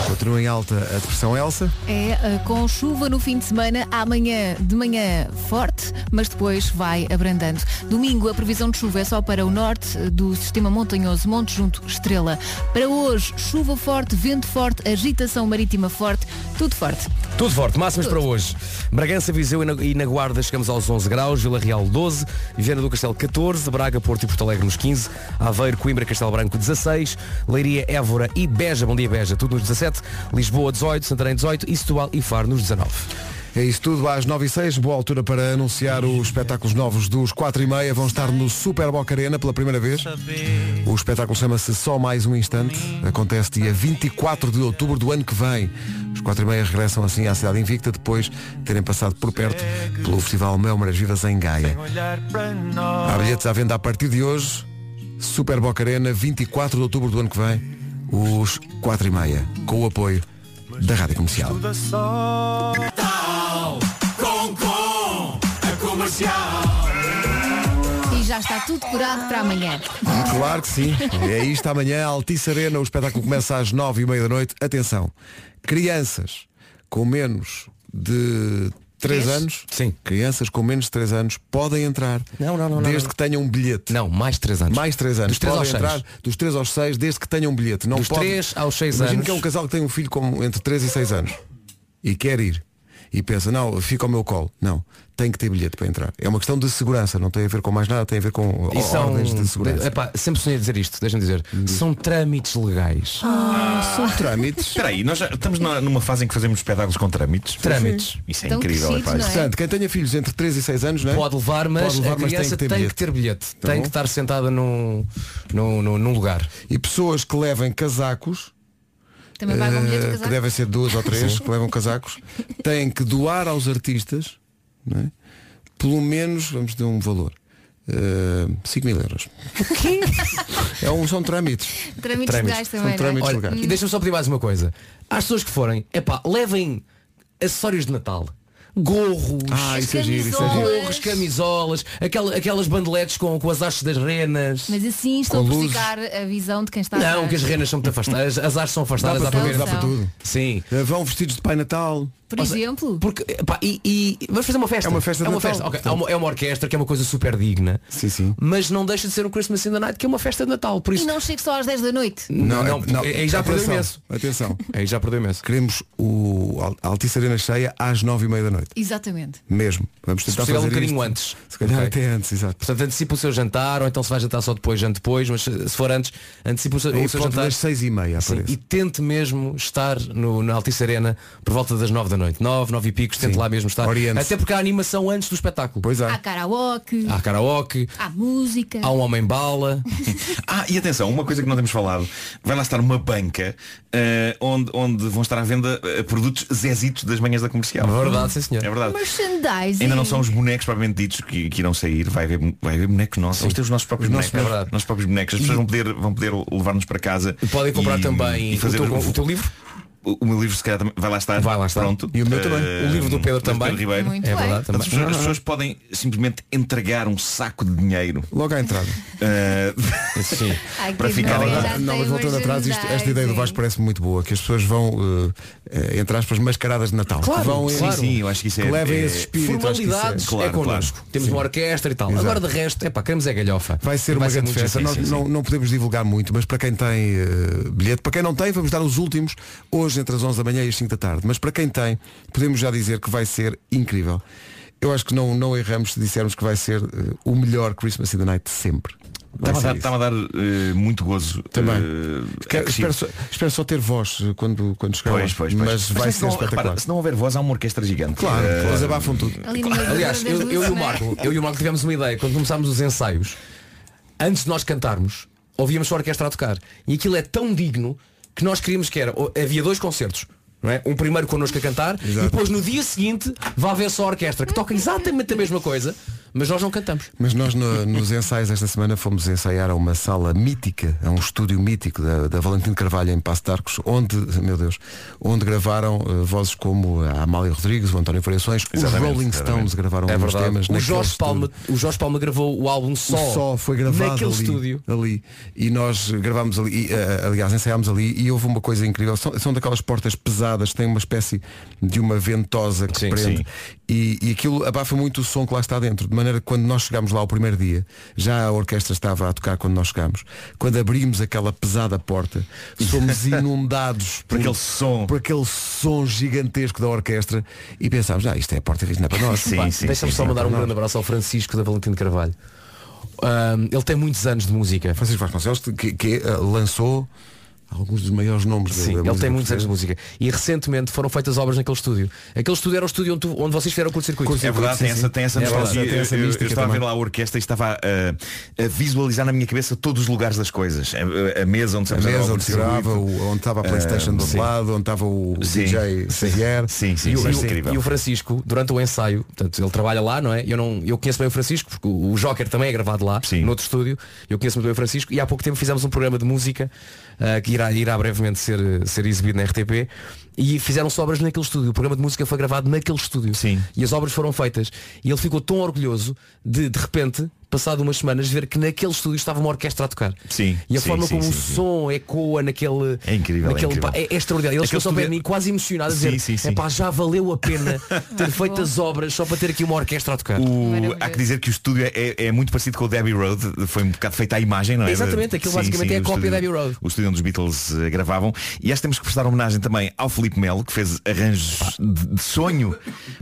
Speaker 2: Continua em alta a depressão Elsa.
Speaker 1: É eh, com chuva no fim de semana, amanhã de manhã forte, mas depois vai abrandando. Domingo a previsão de chuva é só para o norte eh, do sistema montanhoso Monte Junto Estrela. Para hoje, chuva forte, vento forte, agitação marítima forte, tudo forte.
Speaker 7: Tudo forte, máximas para hoje. Bragança, Viseu e na, e na Guarda chegamos aos 11 graus, Vila Real 12, Viana do Castelo 14, Braga, Porto e Porto Alegre nos 15, Aveiro, Coimbra, Castelo Branco 16, Leiria, Évora e Beja, bom dia Beja, tudo nos 17, Lisboa 18, Santarém 18 e Setúbal e Faro nos 19.
Speaker 2: É isso tudo às 9 e 06 boa altura para anunciar os espetáculos novos dos 4 e meia. Vão estar no Super Boca Arena pela primeira vez. O espetáculo chama-se Só Mais Um Instante. Acontece dia 24 de outubro do ano que vem. Os 4 e meia regressam assim à Cidade Invicta depois de terem passado por perto pelo Festival Melmaras Vivas em Gaia. Há bilhetes à venda a partir de hoje. Super Boca Arena, 24 de outubro do ano que vem. Os 4 e meia, com o apoio da Rádio Comercial.
Speaker 9: Natal com com a comercial.
Speaker 1: E já está tudo curado para amanhã.
Speaker 2: Claro que sim. É isto amanhã, Altice Arena. O espetáculo começa às nove e meia da noite. Atenção, crianças com menos de três
Speaker 7: Três?
Speaker 2: anos,
Speaker 7: Sim.
Speaker 2: crianças com menos de três anos podem entrar
Speaker 7: Não, não, não, não,
Speaker 2: desde
Speaker 7: não.
Speaker 2: que tenham um bilhete.
Speaker 7: Não, mais 3 anos.
Speaker 2: Mais três anos.
Speaker 7: Dos três
Speaker 2: podem
Speaker 7: aos seis.
Speaker 2: entrar dos três aos seis desde que tenham um bilhete. Não
Speaker 7: Dos
Speaker 2: pode...
Speaker 7: três aos seis
Speaker 2: Imagino
Speaker 7: anos.
Speaker 2: que é um casal que tem um filho com entre três e seis anos e quer ir. e pensa, não, fica ao meu colo. Não, tem que ter bilhete para entrar. É uma questão de segurança, não tem a ver com mais nada, tem a ver com
Speaker 7: E
Speaker 2: o-
Speaker 7: são,
Speaker 2: Oh, ordens de segurança. Hum,
Speaker 7: Epá, sempre sonhei dizer isto, deixa-me dizer. São trâmites legais.
Speaker 1: Ah, são
Speaker 11: trâmites. Espera aí, nós já estamos na- numa fase em que fazemos espetáculos com trâmites.
Speaker 7: Trâmites.
Speaker 11: Isso é
Speaker 7: Tão
Speaker 11: incrível,
Speaker 7: crescidos,
Speaker 11: epá.
Speaker 7: não é?
Speaker 2: Portanto, quem tenha filhos entre 3 e 6 anos, não é?
Speaker 7: Pode levar, mas
Speaker 2: Pode levar,
Speaker 7: a criança tem, que ter bilhete.
Speaker 2: Tá
Speaker 7: tem
Speaker 2: bom.
Speaker 7: que estar sentada num, num, num- num lugar.
Speaker 2: E pessoas que levem casacos,
Speaker 1: Também pagam bilhete de
Speaker 2: eh, que
Speaker 1: casaco.
Speaker 2: devem ser duas ou três que levam casacos, têm que doar aos artistas, não é? pelo menos, vamos dar um valor. 5 mil euros.
Speaker 1: O quê?
Speaker 2: É um, são trâmites.
Speaker 1: Trâmites legais também. é?
Speaker 2: São trâmites
Speaker 7: Olha,
Speaker 2: legais.
Speaker 7: E deixa-me só pedir mais uma coisa. Às pessoas que forem, epá, levem acessórios de Natal. Gorros,
Speaker 2: Ah, isso é giro, isso é giro.
Speaker 7: gorros, camisolas, aquelas, aquelas bandeletes com, com as hastes das renas.
Speaker 1: Mas assim estou
Speaker 7: Com
Speaker 1: a
Speaker 7: luzes.
Speaker 1: prejudicar a visão de quem está
Speaker 7: Não,
Speaker 1: atrás.
Speaker 7: que as
Speaker 1: [LAUGHS]
Speaker 7: renas são muito afastadas, as hastes são afastadas,
Speaker 2: Dá para tudo,
Speaker 7: ver.
Speaker 2: Então dá para tudo. Eh,
Speaker 7: Sim.
Speaker 2: Vão vestidos de Pai Natal.
Speaker 1: Por exemplo.
Speaker 7: Porque, pá, e, e- vamos fazer uma festa.
Speaker 2: É uma festa de Natal,
Speaker 7: festa, ok.
Speaker 2: portanto.
Speaker 7: Há uma- é uma orquestra que é uma coisa super digna.
Speaker 2: Sim, sim.
Speaker 7: Mas não deixa de ser um Christmas in the Night, que é uma festa de Natal. Por
Speaker 1: E
Speaker 7: isso.
Speaker 1: não chego só às 10 da noite.
Speaker 7: Não, não, aí já perdeu
Speaker 2: é, atenção,
Speaker 7: imenso.
Speaker 2: Atenção.
Speaker 7: Aí já perdeu imenso.
Speaker 2: Queremos o Al- Altice Arena cheia às nove e meia da noite.
Speaker 1: Exatamente.
Speaker 2: Mesmo. Vamos
Speaker 7: Se
Speaker 2: tentar
Speaker 7: possível,
Speaker 2: fazer
Speaker 7: um bocadinho
Speaker 2: isto.
Speaker 7: antes.
Speaker 2: Se calhar
Speaker 7: Ok.
Speaker 2: até antes, exato.
Speaker 7: Portanto, antecipa o seu jantar, ou então se vai jantar só depois, jante depois, mas se se for antes, antecipa o seu,
Speaker 2: Aí
Speaker 7: o seu
Speaker 2: por volta
Speaker 7: jantar.
Speaker 2: das seis e meia
Speaker 7: Sim,
Speaker 2: aparece.
Speaker 7: e tente mesmo estar no, na Altice Arena por volta das nove da noite. nove nove e picos, tente
Speaker 2: Sim.
Speaker 7: lá mesmo estar.
Speaker 2: Oriente-se.
Speaker 7: Até porque há animação antes do espetáculo.
Speaker 2: Pois
Speaker 1: Há karaoke,
Speaker 7: Há karaoke,
Speaker 1: há música.
Speaker 7: Ah. há um homem bala.
Speaker 11: [LAUGHS] Ah, e atenção, uma coisa que não temos falado. Vai lá estar uma banca eh, onde, onde vão estar à venda eh, produtos zezitos das manhãs da comercial.
Speaker 7: É verdade, sim senhor.
Speaker 11: É verdade.
Speaker 1: Merchandising.
Speaker 11: Ainda não são os bonecos propriamente ditos que, que irão sair, vai haver, vai haver bonecos nossos. Vamos ter os nossos próprios
Speaker 7: Os nossos
Speaker 11: bonecos.
Speaker 7: bonecos.
Speaker 11: nossos próprios bonecos. As pessoas vão poder, vão poder levar-nos para casa. E
Speaker 7: podem comprar também o
Speaker 2: um
Speaker 7: teu- o teu livro?
Speaker 11: O o meu livro se calhar também vai lá estar. Vai lá estar. Pronto.
Speaker 7: E o meu também.
Speaker 11: Eh,
Speaker 7: O livro do Pedro
Speaker 11: mas
Speaker 7: também.
Speaker 11: Ribeiro.
Speaker 7: Muito É bem. verdade, também.
Speaker 11: As pessoas, as pessoas podem simplesmente entregar um saco de dinheiro.
Speaker 2: Logo à entrada.
Speaker 11: Sim.
Speaker 1: Ai, que
Speaker 11: para ficarem
Speaker 1: bom.
Speaker 11: lá.
Speaker 1: Já
Speaker 2: Não, mas
Speaker 1: tem
Speaker 2: voltando atrás, isto- esta ideia do Vasco parece muito boa, que as pessoas vão, eh, eh, entre aspas, mascaradas de Natal.
Speaker 7: Claro,
Speaker 2: que vão
Speaker 7: sim,
Speaker 2: eh,
Speaker 11: sim, eu acho que isso é-
Speaker 2: levem
Speaker 11: é-
Speaker 2: esse espírito. acho que isso
Speaker 7: Formalidades
Speaker 2: Claro,
Speaker 7: é
Speaker 2: claro.
Speaker 7: connosco. Temos
Speaker 2: Sim.
Speaker 7: uma orquestra e tal.
Speaker 2: Exato.
Speaker 7: Agora de resto, é pá, queremos é galhofa.
Speaker 2: Vai ser uma grande
Speaker 7: muito
Speaker 2: festa.
Speaker 7: giro.
Speaker 2: Nós não, não podemos divulgar muito, mas para quem tem eh, bilhete, para quem não tem, vamos dar os últimos hoje entre as 11 da manhã e as 5 da tarde. Mas para quem tem, podemos já dizer que vai ser incrível. Eu acho que não, não erramos se dissermos que vai ser eh, o melhor Christmas in the Night de sempre. Vai
Speaker 11: Está-me a
Speaker 2: ser
Speaker 11: dar,
Speaker 2: isso.
Speaker 11: está-me a dar, eh, muito gozo.
Speaker 2: Também.
Speaker 11: eh,
Speaker 2: Que-
Speaker 11: acrescido.
Speaker 2: espero, só, espero só ter voz eh, quando, quando chegar
Speaker 11: Pois,
Speaker 2: lá.
Speaker 11: pois, pois.
Speaker 2: Mas vai
Speaker 11: nem
Speaker 2: ser
Speaker 11: não-
Speaker 2: espetacular.
Speaker 11: repara, se não houver voz, há uma orquestra gigante.
Speaker 2: Claro,
Speaker 11: Eh,
Speaker 2: eles abafam tudo.
Speaker 1: Ali no meio da
Speaker 7: Aliás,
Speaker 1: das
Speaker 7: eu, eu e o
Speaker 1: luzes, não é?
Speaker 7: Marco, eu e o Marco tivemos uma ideia. Quando começámos os ensaios, antes de nós cantarmos, ouvíamos só a orquestra a tocar. E aquilo é tão digno que nós queríamos que era. o- Havia dois concertos. Não é? Um primeiro connosco a cantar e depois no dia seguinte vai haver só a orquestra que toca exatamente a mesma coisa, mas nós não cantamos.
Speaker 2: Mas nós no- nos ensaios esta semana fomos ensaiar a uma sala mítica, a um estúdio mítico da, da Valentino Carvalho em Passo de Arcos, onde, meu Deus, onde gravaram eh, vozes como a Amália Rodrigues, o António Variações, os
Speaker 11: Exatamente,
Speaker 2: Rolling Stones
Speaker 11: exatamente.
Speaker 2: gravaram
Speaker 7: É
Speaker 2: alguns
Speaker 7: verdade.
Speaker 2: temas.
Speaker 7: o,
Speaker 2: naquele
Speaker 7: Jorge
Speaker 2: estúdio.
Speaker 7: Palma, o Jorge Palma gravou o álbum só,
Speaker 2: O Só foi gravado
Speaker 7: naquele
Speaker 2: ali,
Speaker 7: estúdio.
Speaker 2: ali e nós gravámos ali, e, eh, aliás ensaiámos ali e houve uma coisa incrível, são, são daquelas portas pesadas, tem uma espécie de uma ventosa que
Speaker 11: Sim,
Speaker 2: prende
Speaker 11: sim.
Speaker 2: E, e aquilo abafa muito o som que lá está dentro, de maneira que quando nós chegámos lá o primeiro dia, já a orquestra estava a tocar quando nós chegámos, quando abrimos aquela pesada porta,
Speaker 11: [LAUGHS]
Speaker 2: somos inundados
Speaker 11: Por aquele som.
Speaker 2: por aquele som gigantesco da orquestra e pensámos, ah, isto é a porta que não é para nós.
Speaker 11: Sim,
Speaker 7: Pá,
Speaker 11: sim,
Speaker 7: Deixa-me
Speaker 11: sim,
Speaker 7: só
Speaker 11: sim.
Speaker 7: mandar um
Speaker 2: Não.
Speaker 7: grande abraço ao Francisco da Valentino Carvalho. Ahm, ele tem muitos anos de música.
Speaker 2: Francisco Vasconcelos, que, que, eh, lançou alguns dos maiores nomes da-
Speaker 7: Sim,
Speaker 2: da
Speaker 7: ele
Speaker 2: música
Speaker 7: tem muitos anos de
Speaker 2: portuguesa.
Speaker 7: música. E recentemente foram feitas obras naquele estúdio. Aquele estúdio era o estúdio onde, tu- onde vocês fizeram o curto-circuito.
Speaker 11: É verdade, tem essa, tem essa
Speaker 7: É verdade.
Speaker 11: nostalgia.
Speaker 2: tem essa
Speaker 11: Eu- eu, eu
Speaker 2: mística
Speaker 11: estava a ver
Speaker 2: também.
Speaker 11: lá a orquestra e estava ah, a, a visualizar na minha cabeça todos os lugares das coisas. A, a mesa onde se
Speaker 2: A
Speaker 11: apresentava
Speaker 2: mesa
Speaker 11: o
Speaker 2: onde se
Speaker 11: circuito.
Speaker 2: grava, o- onde estava a Playstation
Speaker 11: Ah,
Speaker 2: do outro
Speaker 11: sim.
Speaker 2: lado, onde estava o
Speaker 11: Sim.
Speaker 2: DJ Xavier.
Speaker 11: Sim, sim,
Speaker 7: E
Speaker 11: sim,
Speaker 7: o, e,
Speaker 11: isso
Speaker 7: o-
Speaker 11: é incrível.
Speaker 7: e o Francisco, durante o ensaio, portanto, ele trabalha lá, não é? Eu, não, eu conheço bem o Francisco, porque o, o Joker também é gravado lá,
Speaker 11: Sim.
Speaker 7: no outro estúdio. Eu conheço muito bem o Francisco e há pouco tempo fizemos um programa de música ah, que irá, irá brevemente ser, ser exibido na RTP e fizeram-se obras naquele estúdio. O programa de música foi gravado naquele estúdio.
Speaker 11: Sim.
Speaker 7: E as obras foram feitas. E ele ficou tão orgulhoso de, de repente, passado umas semanas, ver que naquele estúdio estava uma orquestra a tocar.
Speaker 11: Sim.
Speaker 7: E a
Speaker 11: sim,
Speaker 7: forma
Speaker 11: sim,
Speaker 7: como
Speaker 11: sim,
Speaker 7: o
Speaker 11: sim.
Speaker 7: som ecoa naquele.
Speaker 11: É incrível, é
Speaker 7: naquele
Speaker 11: incrível.
Speaker 7: pa- é, é extraordinário. Eles
Speaker 11: Aquele
Speaker 7: passam para
Speaker 11: estúdio-
Speaker 7: mim quase emocionados a
Speaker 11: Sim,
Speaker 7: dizer,
Speaker 11: sim, sim.
Speaker 7: "Epá, já valeu
Speaker 11: [LAUGHS]
Speaker 7: a pena ter feito
Speaker 11: bom.
Speaker 7: as obras só para ter aqui uma orquestra a tocar.
Speaker 11: O- há que dizer que o estúdio é, é muito parecido com o Debbie Road, foi um bocado feita à imagem, não é?
Speaker 7: Exatamente, aquilo basicamente é a
Speaker 11: o
Speaker 7: cópia
Speaker 11: estúdio-
Speaker 7: da Abbey Road.
Speaker 11: O estúdio onde os Beatles eh, gravavam. E acho que temos que prestar homenagem também ao Felipe Melo, que fez arranjos de, de sonho.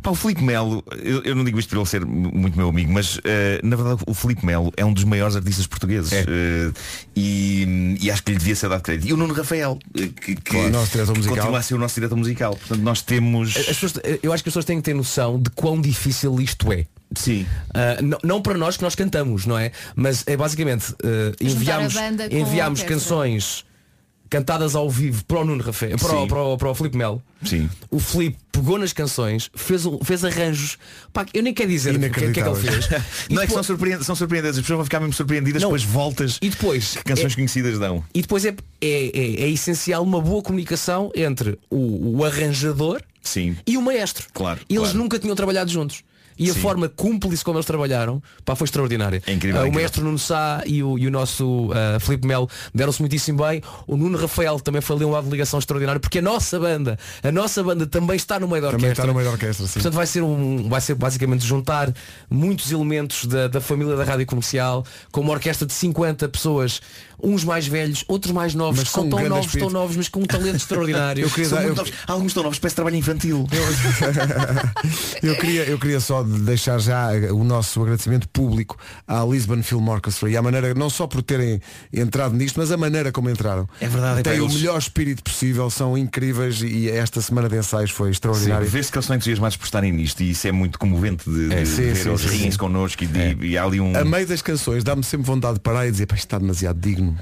Speaker 11: Pá, o Felipe Melo, eu, eu não digo isto por ele ser mu- muito meu amigo, mas eh, na verdade o Felipe Melo é um dos maiores artistas portugueses.
Speaker 2: É.
Speaker 11: Eh, e, e acho que lhe devia ser dado crédito. E o Nuno Rafael, eh, que, que,
Speaker 2: Claro, nosso diretor
Speaker 11: que
Speaker 2: musical.
Speaker 11: continua a ser o nosso diretor musical. Portanto, nós temos.
Speaker 7: As pessoas- eu acho que as pessoas têm que ter noção de quão difícil isto é.
Speaker 11: Sim.
Speaker 7: não, não para nós que nós cantamos, não é? Mas é basicamente ah, enviámos,
Speaker 1: a banda com a
Speaker 7: enviámos
Speaker 1: orquestra.
Speaker 7: canções cantadas ao vivo para o Nuno Rafael, para, o-
Speaker 11: Sim.
Speaker 7: para, o- para o Filipe Melo.
Speaker 11: Sim.
Speaker 7: O Filipe pegou nas canções, fez, o- fez arranjos. Pá, eu nem quero dizer o que, o que é que ele fez.
Speaker 11: [LAUGHS]
Speaker 7: E
Speaker 11: não é que
Speaker 7: depois-
Speaker 11: são, surpreend... são surpreendentes, as pessoas vão ficar mesmo surpreendidas com as voltas
Speaker 7: e depois
Speaker 11: que canções
Speaker 7: é-
Speaker 11: conhecidas dão.
Speaker 7: E depois é, é, é- é essencial uma boa comunicação entre o, o arranjador
Speaker 11: Sim.
Speaker 7: e o maestro.
Speaker 11: Claro,
Speaker 7: E eles
Speaker 11: claro.
Speaker 7: nunca tinham trabalhado juntos. E a
Speaker 11: Sim.
Speaker 7: forma cúmplice como eles trabalharam pá, foi extraordinária.
Speaker 11: É incrível, é
Speaker 7: Ah, o
Speaker 11: incrível.
Speaker 7: maestro Nuno Sá e o, e o nosso ah, Filipe Melo deram-se muitíssimo bem. O Nuno Rafael também foi ali um lado de ligação extraordinário, porque a nossa banda, a nossa banda também está no meio da
Speaker 2: Também
Speaker 7: orquestra.
Speaker 2: está no meio da orquestra, sim.
Speaker 7: Portanto vai ser um vai ser basicamente juntar muitos elementos da, da família da rádio comercial com uma orquestra de 50 pessoas, uns mais velhos, outros mais novos,
Speaker 2: Mas
Speaker 7: que
Speaker 2: com
Speaker 7: são
Speaker 2: um
Speaker 7: tão
Speaker 2: grande
Speaker 7: novos,
Speaker 2: espírito.
Speaker 7: tão novos, mas com um [LAUGHS] talento extraordinário.
Speaker 2: Eu queria
Speaker 7: São
Speaker 2: dar-
Speaker 7: muito
Speaker 2: eu-
Speaker 7: novos.
Speaker 11: Alguns estão novos, parece trabalho infantil.
Speaker 2: Eu queria, eu queria só deixar já eh, o nosso agradecimento público à Lisbon Film Orchestra e à maneira, não só por terem entrado nisto, mas a maneira como entraram.
Speaker 11: É verdade, é
Speaker 2: Têm
Speaker 11: para
Speaker 2: o
Speaker 11: eles.
Speaker 2: melhor espírito possível, são incríveis e esta semana de ensaios foi
Speaker 11: Sim,
Speaker 2: extraordinária.
Speaker 11: Vê-se que eles são entusiasmados por estarem nisto e isso é muito comovente de, de
Speaker 2: É, sim,
Speaker 11: ver
Speaker 2: sim,
Speaker 11: eles
Speaker 2: sim, É.
Speaker 11: riem-se
Speaker 2: sim.
Speaker 11: connosco e, de- e há ali um.
Speaker 2: A meio das canções dá-me sempre vontade de parar e dizer, pá, isto está
Speaker 11: [LAUGHS]
Speaker 2: demasiado digno.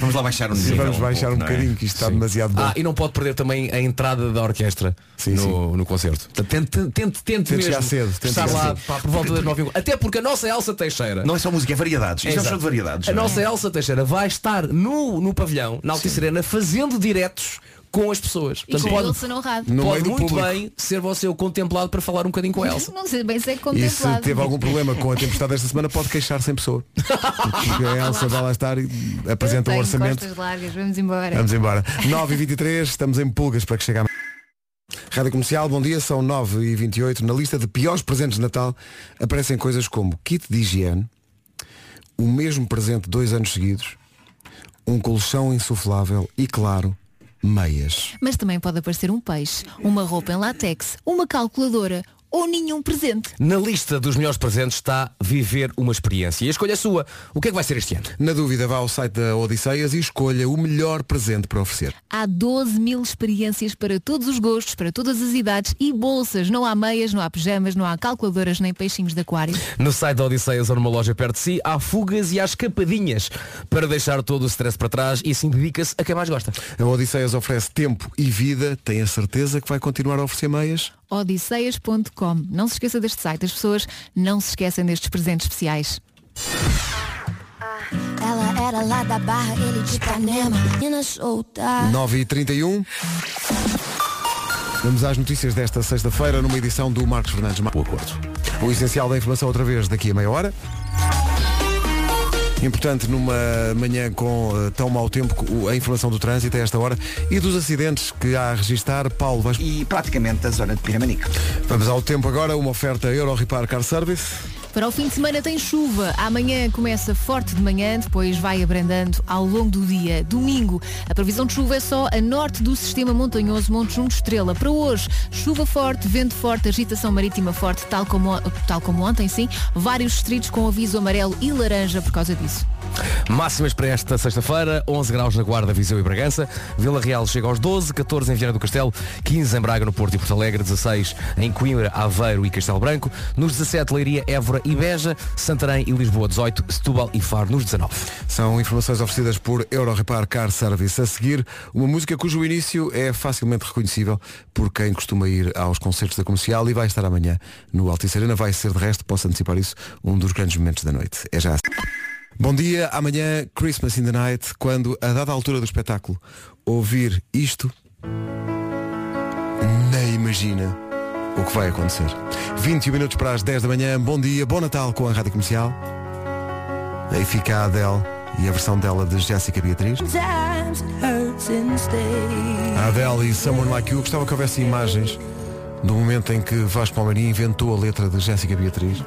Speaker 11: Vamos lá baixar um
Speaker 2: Sim,
Speaker 11: nível
Speaker 2: vamos
Speaker 11: um
Speaker 2: baixar um,
Speaker 11: pouco, não é?
Speaker 2: bocadinho, que isto está demasiado bom.
Speaker 7: Ah, e não pode perder também a entrada da orquestra no, no concerto. Portanto, Tente, tente, tente
Speaker 2: Tente
Speaker 7: mesmo
Speaker 2: chegar cedo, tente
Speaker 7: estar
Speaker 2: chegar
Speaker 7: lá
Speaker 2: cedo.
Speaker 7: pá, por volta das 9 Até porque a nossa Elsa Teixeira.
Speaker 11: Não é só música, é variedades. Isto é um
Speaker 7: Exato.
Speaker 11: show de variedades.
Speaker 7: A
Speaker 11: não é?
Speaker 7: nossa Elsa Teixeira vai estar no, no pavilhão, na Altice Arena, fazendo diretos com as pessoas.
Speaker 1: E com
Speaker 7: pode,
Speaker 1: o Wilson Honrado.
Speaker 7: pode muito bem ser você o contemplado para falar um bocadinho com a Elsa.
Speaker 1: Não sei bem se é
Speaker 2: E se
Speaker 1: contemplado.
Speaker 2: teve algum problema com a tempestade desta semana, pode queixar
Speaker 1: [LAUGHS]
Speaker 2: sem pessoa. Porque a Elsa vai lá estar e apresenta
Speaker 1: Eu
Speaker 2: o
Speaker 1: tenho
Speaker 2: orçamento.
Speaker 1: costas largas, vamos embora.
Speaker 2: Vamos embora. 9h23, estamos em pulgas para que chegamos. Rádio Comercial, bom dia, são 9h28. Na lista de piores presentes de Natal aparecem coisas como kit de higiene, o mesmo presente dois anos seguidos, um colchão insuflável e, claro, meias.
Speaker 1: Mas também pode aparecer um peixe, uma roupa em látex, uma calculadora ou nenhum presente.
Speaker 7: Uhum. Na lista dos melhores presentes está viver uma experiência. E a escolha é sua. O que é que vai ser este ano?
Speaker 2: Na dúvida, vá ao site da Odisseias e escolha o melhor presente para oferecer.
Speaker 1: Há 12 mil experiências para todos os gostos, para todas as idades e bolsas. Não há meias, não há pijamas, não há calculadoras nem peixinhos de aquário.
Speaker 7: No site da Odisseias ou numa loja perto de si, há fugas e há escapadinhas para deixar todo o stress para trás e assim dedica-se a quem mais gosta.
Speaker 2: A Odisseias oferece tempo e vida, tem a certeza que vai continuar a oferecer meias?
Speaker 1: Odisseias.com. Não se esqueça deste site, as pessoas não se esquecem destes presentes especiais.
Speaker 9: Ela era lá da barra, ele de Ipanema. Minas soltar.
Speaker 2: 9h31. Vamos às notícias desta sexta-feira numa edição do Marcos Fernandes. O acordo. O essencial da informação outra vez daqui a meia hora. Importante numa manhã com eh, tão mau tempo o- a informação do trânsito a esta hora e dos acidentes que há a registar. Paulo, vais...
Speaker 4: E praticamente da zona de Piramanico.
Speaker 2: Vamos ao tempo agora, uma oferta Euro Repar Car Service.
Speaker 1: Para o fim de semana tem chuva. Amanhã começa forte de manhã, depois vai abrandando ao longo do dia. Domingo, a previsão de chuva é só a norte do sistema montanhoso Monte Junto Estrela. Para hoje, chuva forte, vento forte, agitação marítima forte, tal como, tal como ontem, sim. Vários distritos com aviso amarelo e laranja por causa disso.
Speaker 7: Máximas para esta sexta-feira, 11 graus na Guarda, Viseu e Bragança, Vila Real chega aos 12, 14 em Viana do Castelo, 15 em Braga, no Porto e Porto Alegre, 16 em Coimbra, Aveiro e Castelo Branco, nos 17 Leiria, Évora e Beja, Santarém e Lisboa 18, Setúbal e Faro nos 19.
Speaker 2: São informações oferecidas por Euro Repar Car Service. A seguir, uma música cujo início é facilmente reconhecível por quem costuma ir aos concertos da comercial e vai estar amanhã no Altice Arena. Vai ser, de resto, posso antecipar isso, um dos grandes momentos da noite. É já. Bom dia, amanhã, Christmas in the Night, quando, a dada altura do espetáculo, ouvir isto, nem imagina o que vai acontecer. 21 minutos para as 10 da manhã. Bom dia, bom Natal com a Rádio Comercial. Aí fica a Adele e a versão dela de Jéssica Beatriz.
Speaker 14: Sometimes hurts and stays.
Speaker 2: A Adele e Someone Like You. Gostava que houvesse imagens do momento em que Vasco Palmeirinho inventou a letra de Jéssica
Speaker 7: [LAUGHS]
Speaker 2: Beatriz.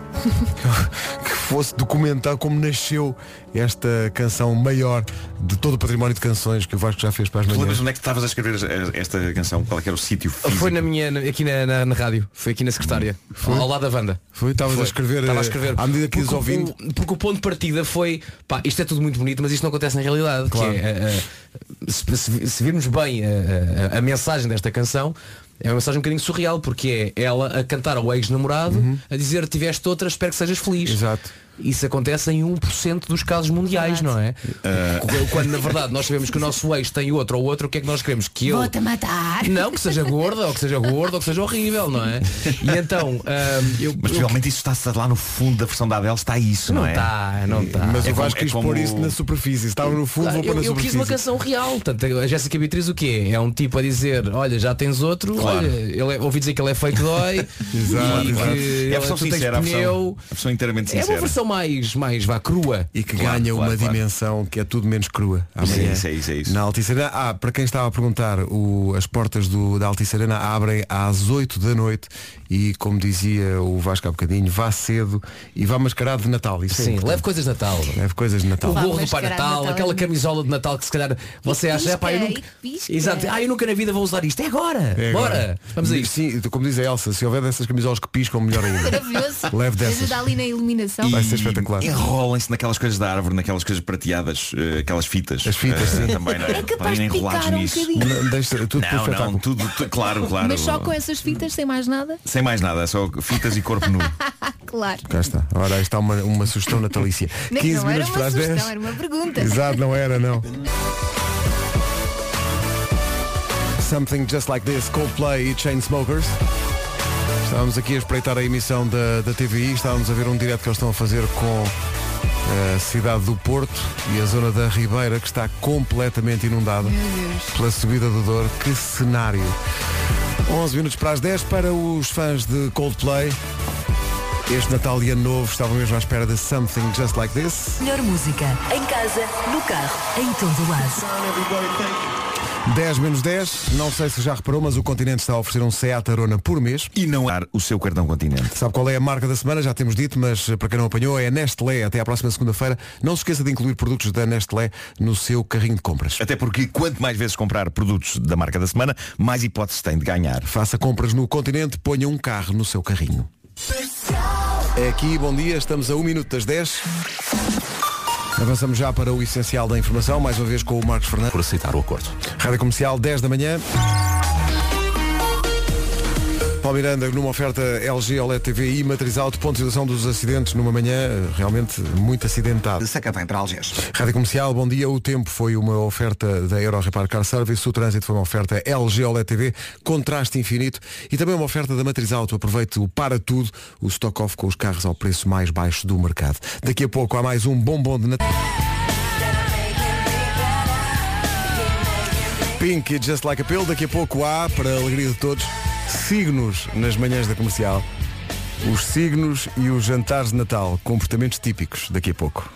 Speaker 2: que fosse documentar como nasceu esta canção maior de todo o património de canções que o Vasco já fez para as
Speaker 11: Tu lembras
Speaker 2: manhãs.
Speaker 11: onde é que estavas a escrever es- esta canção? Qual é que era o sítio físico?
Speaker 7: Foi na minha, aqui na, na- na rádio, foi aqui na secretária,
Speaker 11: Foi?
Speaker 7: ao lado da Wanda.
Speaker 2: Foi, estavas
Speaker 7: Foi.
Speaker 2: a escrever,
Speaker 7: Estava a
Speaker 2: eh,
Speaker 7: escrever.
Speaker 2: à medida que ias
Speaker 7: Porque o-
Speaker 2: ouvindo.
Speaker 7: o- Porque o ponto de partida foi, pá, isto é tudo muito bonito, mas isto não acontece na realidade. que
Speaker 2: Claro.
Speaker 7: é, eh, eh, se, se- se virmos bem eh, a, a- a mensagem desta canção, é uma mensagem um bocadinho surreal, porque é ela a cantar ao ex-namorado, a dizer tiveste outra, espero que sejas feliz.
Speaker 2: Uhum. Exato.
Speaker 7: Isso acontece em 1% dos casos mundiais, não é? Qu- Quando na verdade nós sabemos que o nosso ex tem outro ou outro, o que é que nós queremos? Que ele
Speaker 1: Vou-te matar.
Speaker 7: não, que seja gorda, ou que seja gordo, ou que seja horrível, não é? E
Speaker 2: [LAUGHS]
Speaker 7: então, hum, eu,
Speaker 11: Mas realmente isso está lá no fundo da versão da Adele, está isso, não,
Speaker 7: Não
Speaker 11: é?
Speaker 7: está, não está. Mas o Vasco quis pôr isso na
Speaker 2: superfície. Estava no fundo,
Speaker 7: eu, eu, eu quis uma canção real. Portanto, a Jéssica Beatriz o quê? É um tipo a dizer, olha, já tens outro,
Speaker 11: Claro.
Speaker 7: olha, ele é- ouvi dizer que ele é
Speaker 11: [LAUGHS]
Speaker 7: feito dói.
Speaker 11: Exato,
Speaker 7: e que
Speaker 11: exato. É a
Speaker 7: ele-
Speaker 11: versão
Speaker 7: tu tens
Speaker 11: sincera, a
Speaker 7: pneu.
Speaker 11: versão, a versão inteiramente
Speaker 7: É
Speaker 11: sincera.
Speaker 7: uma versão mais, mais vá, crua.
Speaker 2: E que ganha uma dimensão que é tudo menos crua.
Speaker 11: Isso é
Speaker 2: Amanhã,
Speaker 11: isso, é isso, é isso.
Speaker 2: Na Altice Arena. Ah, para quem estava a perguntar, o- as portas do, da Altice Arena abrem às 8 da noite e, como dizia o Vasco há bocadinho, vá cedo e vá mascarado de Natal. Isso é
Speaker 7: Sim,
Speaker 2: importante.
Speaker 7: leve coisas de Natal.
Speaker 2: Leve coisas de Natal.
Speaker 7: O gorro do Pai Natal, aquela camisola de Natal que se calhar você
Speaker 2: E
Speaker 7: acha, é pá, eu
Speaker 2: pisca,
Speaker 7: nunca.
Speaker 2: e pisca."
Speaker 7: Exato, ah, eu nunca na vida vou usar isto. É agora!
Speaker 2: É
Speaker 7: Bora!
Speaker 2: agora.
Speaker 7: Vamos a isto.
Speaker 2: Sim, como diz a Elsa, se houver dessas camisolas que piscam, melhor ainda. [LAUGHS]
Speaker 1: Maravilhoso.
Speaker 11: Leve dessas.
Speaker 1: Ajuda ali na iluminação.
Speaker 11: E Enrolem-se naquelas coisas da árvore, naquelas coisas prateadas, eh, aquelas fitas. As
Speaker 2: fitas, sim.
Speaker 11: também, não é?
Speaker 1: É capaz
Speaker 11: Podem ir
Speaker 1: de
Speaker 11: enrolados
Speaker 1: picar um
Speaker 11: nisso.
Speaker 1: bocadinho.
Speaker 2: Deixa, tudo
Speaker 11: não, não, tudo, tu- claro, claro.
Speaker 1: Mas só com essas fitas, sem mais nada?
Speaker 11: Sem mais nada, só fitas e corpo nu.
Speaker 1: Claro.
Speaker 2: Cá está. Ora, aí está uma, uma sugestão natalícia.
Speaker 1: Nem
Speaker 2: 15
Speaker 1: não era
Speaker 2: minutos
Speaker 1: uma
Speaker 2: para as 10.
Speaker 1: sugestão, era uma pergunta.
Speaker 2: Exato, não era, não. Something Just Like This, Coldplay e Chainsmokers. Estávamos aqui a espreitar a emissão da, da TVI, estávamos a ver um direto que eles estão a fazer com eh, a cidade do Porto e a zona da Ribeira que está completamente inundada pela subida do Douro. Que cenário! 11 minutos para as 10 para os fãs de Coldplay. Este Natal e Ano Novo estavam mesmo à espera de Something Just Like This.
Speaker 15: Melhor música. Em casa, no carro, em todo lado.
Speaker 2: 10 menos 10, não sei se já reparou, mas o Continente está a oferecer um Seat Arona por mês.
Speaker 11: E não há o seu cartão Continente.
Speaker 2: Sabe qual é a marca da semana? Já temos dito, mas eh, para quem não apanhou é Nestlé. Até à próxima segunda-feira. Não se esqueça de incluir produtos da Nestlé no seu carrinho de compras.
Speaker 11: Até porque quanto mais vezes comprar produtos da marca da semana, mais hipóteses tem de ganhar.
Speaker 2: Faça compras no Continente, ponha um carro no seu carrinho. É aqui, bom dia, estamos a 1 minuto das 10. Avançamos já para o essencial da informação, mais uma vez com o Marcos Fernandes. Por
Speaker 13: aceitar o acordo.
Speaker 2: Rádio Comercial, 10 da manhã. Paulo Miranda, numa oferta LG OLED TV e matriz alto, ponto de situação dos acidentes numa manhã eh, realmente muito acidentada.
Speaker 4: Saca bem para Algés.
Speaker 2: Rádio Comercial, bom dia. O tempo foi uma oferta da Euro Repar Car Service, o trânsito foi uma oferta LG OLED TV, contraste infinito e também uma oferta da Matriz Auto. Aproveite o para tudo, o stock off com os carros ao preço mais baixo do mercado. Daqui a pouco há mais um bombom de Natal. Pink e Just Like a Pill, daqui a pouco há, para a alegria de todos, signos nas manhãs da comercial. Os signos e os jantares de Natal, comportamentos típicos, daqui a pouco.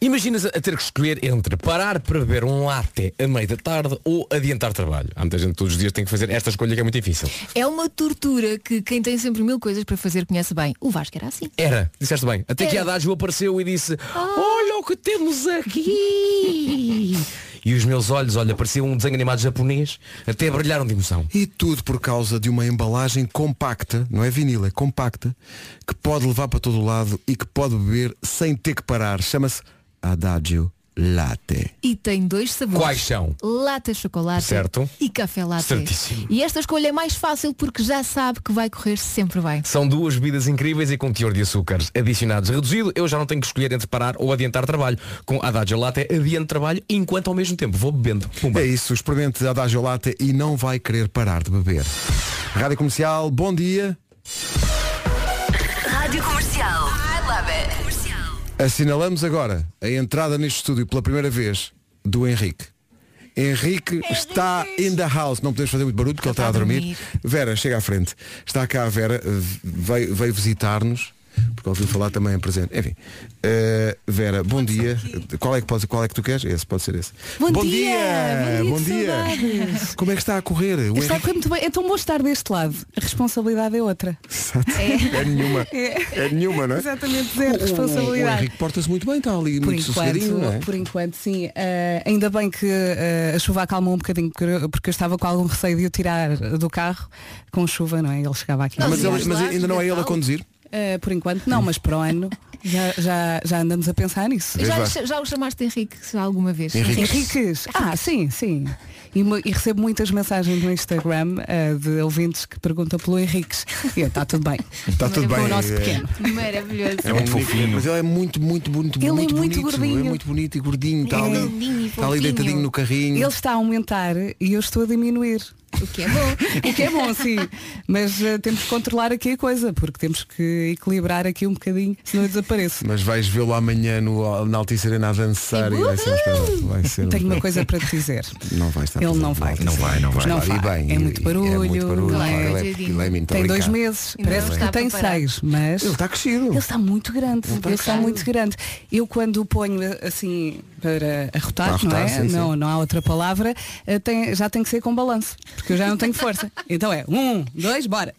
Speaker 7: Imaginas a ter que escolher entre parar para beber um latte a meio da tarde ou adiantar trabalho. Há muita gente que todos os dias tem que fazer esta escolha que é muito difícil.
Speaker 1: É uma tortura que quem tem sempre mil coisas para fazer conhece bem. O Vasco era assim.
Speaker 7: Era, disseste bem. Até que a Adágio apareceu e disse Olha o que temos aqui! E os meus olhos, olha, pareciam um desenho animado japonês, até brilharam de emoção.
Speaker 2: E tudo por causa de uma embalagem compacta, não é vinil, é compacta, que pode levar para todo o lado e que pode beber sem ter que parar. Chama-se Adagio Latte.
Speaker 1: E tem dois sabores.
Speaker 2: Quais são?
Speaker 1: Lata chocolate
Speaker 2: Certo.
Speaker 1: e café latte.
Speaker 7: Certíssimo.
Speaker 1: E esta escolha é mais fácil porque já sabe que vai correr sempre bem.
Speaker 7: São duas bebidas incríveis e com teor de açúcares adicionados reduzido. Eu já não tenho que escolher entre parar ou adiantar trabalho. Com Adagio Latte adianto trabalho enquanto ao mesmo tempo vou bebendo.
Speaker 2: É isso, experimente Adagio Latte e não vai querer parar de beber. Rádio Comercial, bom dia.
Speaker 15: Rádio Comercial. I love it. Comercial.
Speaker 2: Assinalamos agora a entrada neste estúdio pela primeira vez do Henrique. Henrique está in the house. Não podemos fazer muito barulho porque ele está a dormir. Vera, chega à frente. Está cá a Vera, eh, veio, veio visitar-nos, porque ouviu falar também em presente. Enfim. Eh, Vera, bom dia. Qual é, que pode, qual é que tu queres? Esse pode ser esse.
Speaker 7: Bom
Speaker 2: dia!
Speaker 7: dia!
Speaker 2: Bom dia! Como é que está a correr? O
Speaker 7: Está a
Speaker 2: Henrique-
Speaker 7: correr muito bem. É tão bom estar deste lado. A responsabilidade [LAUGHS] é outra.
Speaker 2: É
Speaker 7: [LAUGHS]
Speaker 2: nenhuma. É nenhuma, não é?
Speaker 7: Exatamente, zero
Speaker 2: O- o- O
Speaker 7: responsabilidade.
Speaker 2: Henrique porta-se muito bem, está ali
Speaker 7: Por
Speaker 2: muito sossegadinho, não é?
Speaker 7: enquanto, por enquanto, sim. Ah, ainda bem que ah, a chuva acalmou um bocadinho, porque eu- porque eu estava com algum receio de o tirar do carro com chuva, não é? Ele chegava aqui.
Speaker 2: Não, mas ele- mas ainda não é ele a conduzir?
Speaker 7: Ah, por enquanto não, mas para o ano [LAUGHS] já, já, já andamos a pensar nisso.
Speaker 1: Já, lhe- já o chamaste Henrique alguma vez?
Speaker 7: Henriques. Ah, sim, sim. E, mu- e recebo muitas mensagens no Instagram ah, de ouvintes que perguntam pelo Henriques. E está tudo [LAUGHS] bem.
Speaker 2: Está tudo
Speaker 7: Com
Speaker 2: bem.
Speaker 7: o nosso
Speaker 2: é-
Speaker 7: pequeno.
Speaker 1: Maravilhoso.
Speaker 2: é Mas ele é muito, muito, muito,
Speaker 7: Ele é
Speaker 2: muito
Speaker 7: muito
Speaker 2: bonito.
Speaker 7: gordinho.
Speaker 2: É muito bonito e gordinho. Está
Speaker 7: É.
Speaker 2: ali,
Speaker 7: Gordinho e
Speaker 2: está ali
Speaker 7: fofinho.
Speaker 2: deitadinho no carrinho.
Speaker 7: Ele está a aumentar e eu estou a diminuir.
Speaker 1: O que é bom.
Speaker 7: O que é bom, sim. Mas eh, temos que controlar aqui a coisa, porque temos que equilibrar aqui um bocadinho, senão eu desapareço.
Speaker 2: Mas vais vê-lo amanhã no, na Altice Arena a dançar e vai ser um espetáculo. Vai ser um
Speaker 7: Tenho uma
Speaker 2: espetáculo.
Speaker 7: coisa para te dizer.
Speaker 2: Não vai estar.
Speaker 7: Ele não vai.
Speaker 2: Não vai, não vai.
Speaker 7: Não
Speaker 2: E
Speaker 7: vai.
Speaker 2: bem,
Speaker 7: É
Speaker 2: e- e- É
Speaker 7: muito
Speaker 2: muito
Speaker 7: barulho,
Speaker 2: barulho.
Speaker 7: não
Speaker 2: claro,
Speaker 7: [LAUGHS] é?
Speaker 2: ele é- ele é muito
Speaker 7: Tem dois
Speaker 2: brincado.
Speaker 7: meses,
Speaker 2: Ainda
Speaker 7: parece
Speaker 2: não
Speaker 7: que
Speaker 2: está
Speaker 7: tem
Speaker 2: preparado.
Speaker 7: seis, mas.
Speaker 2: Ele está crescido.
Speaker 7: Ele está muito grande, ele
Speaker 2: Ele
Speaker 7: está,
Speaker 2: está crescido.
Speaker 7: muito grande. Eu quando o ponho assim para arrotar,
Speaker 2: Para
Speaker 7: não é?
Speaker 2: arrotar, sim, sim.
Speaker 7: não, não há outra palavra, eh, tem- já tem que ser com balanço, porque eu já não tenho força. Então é um, dois, bora.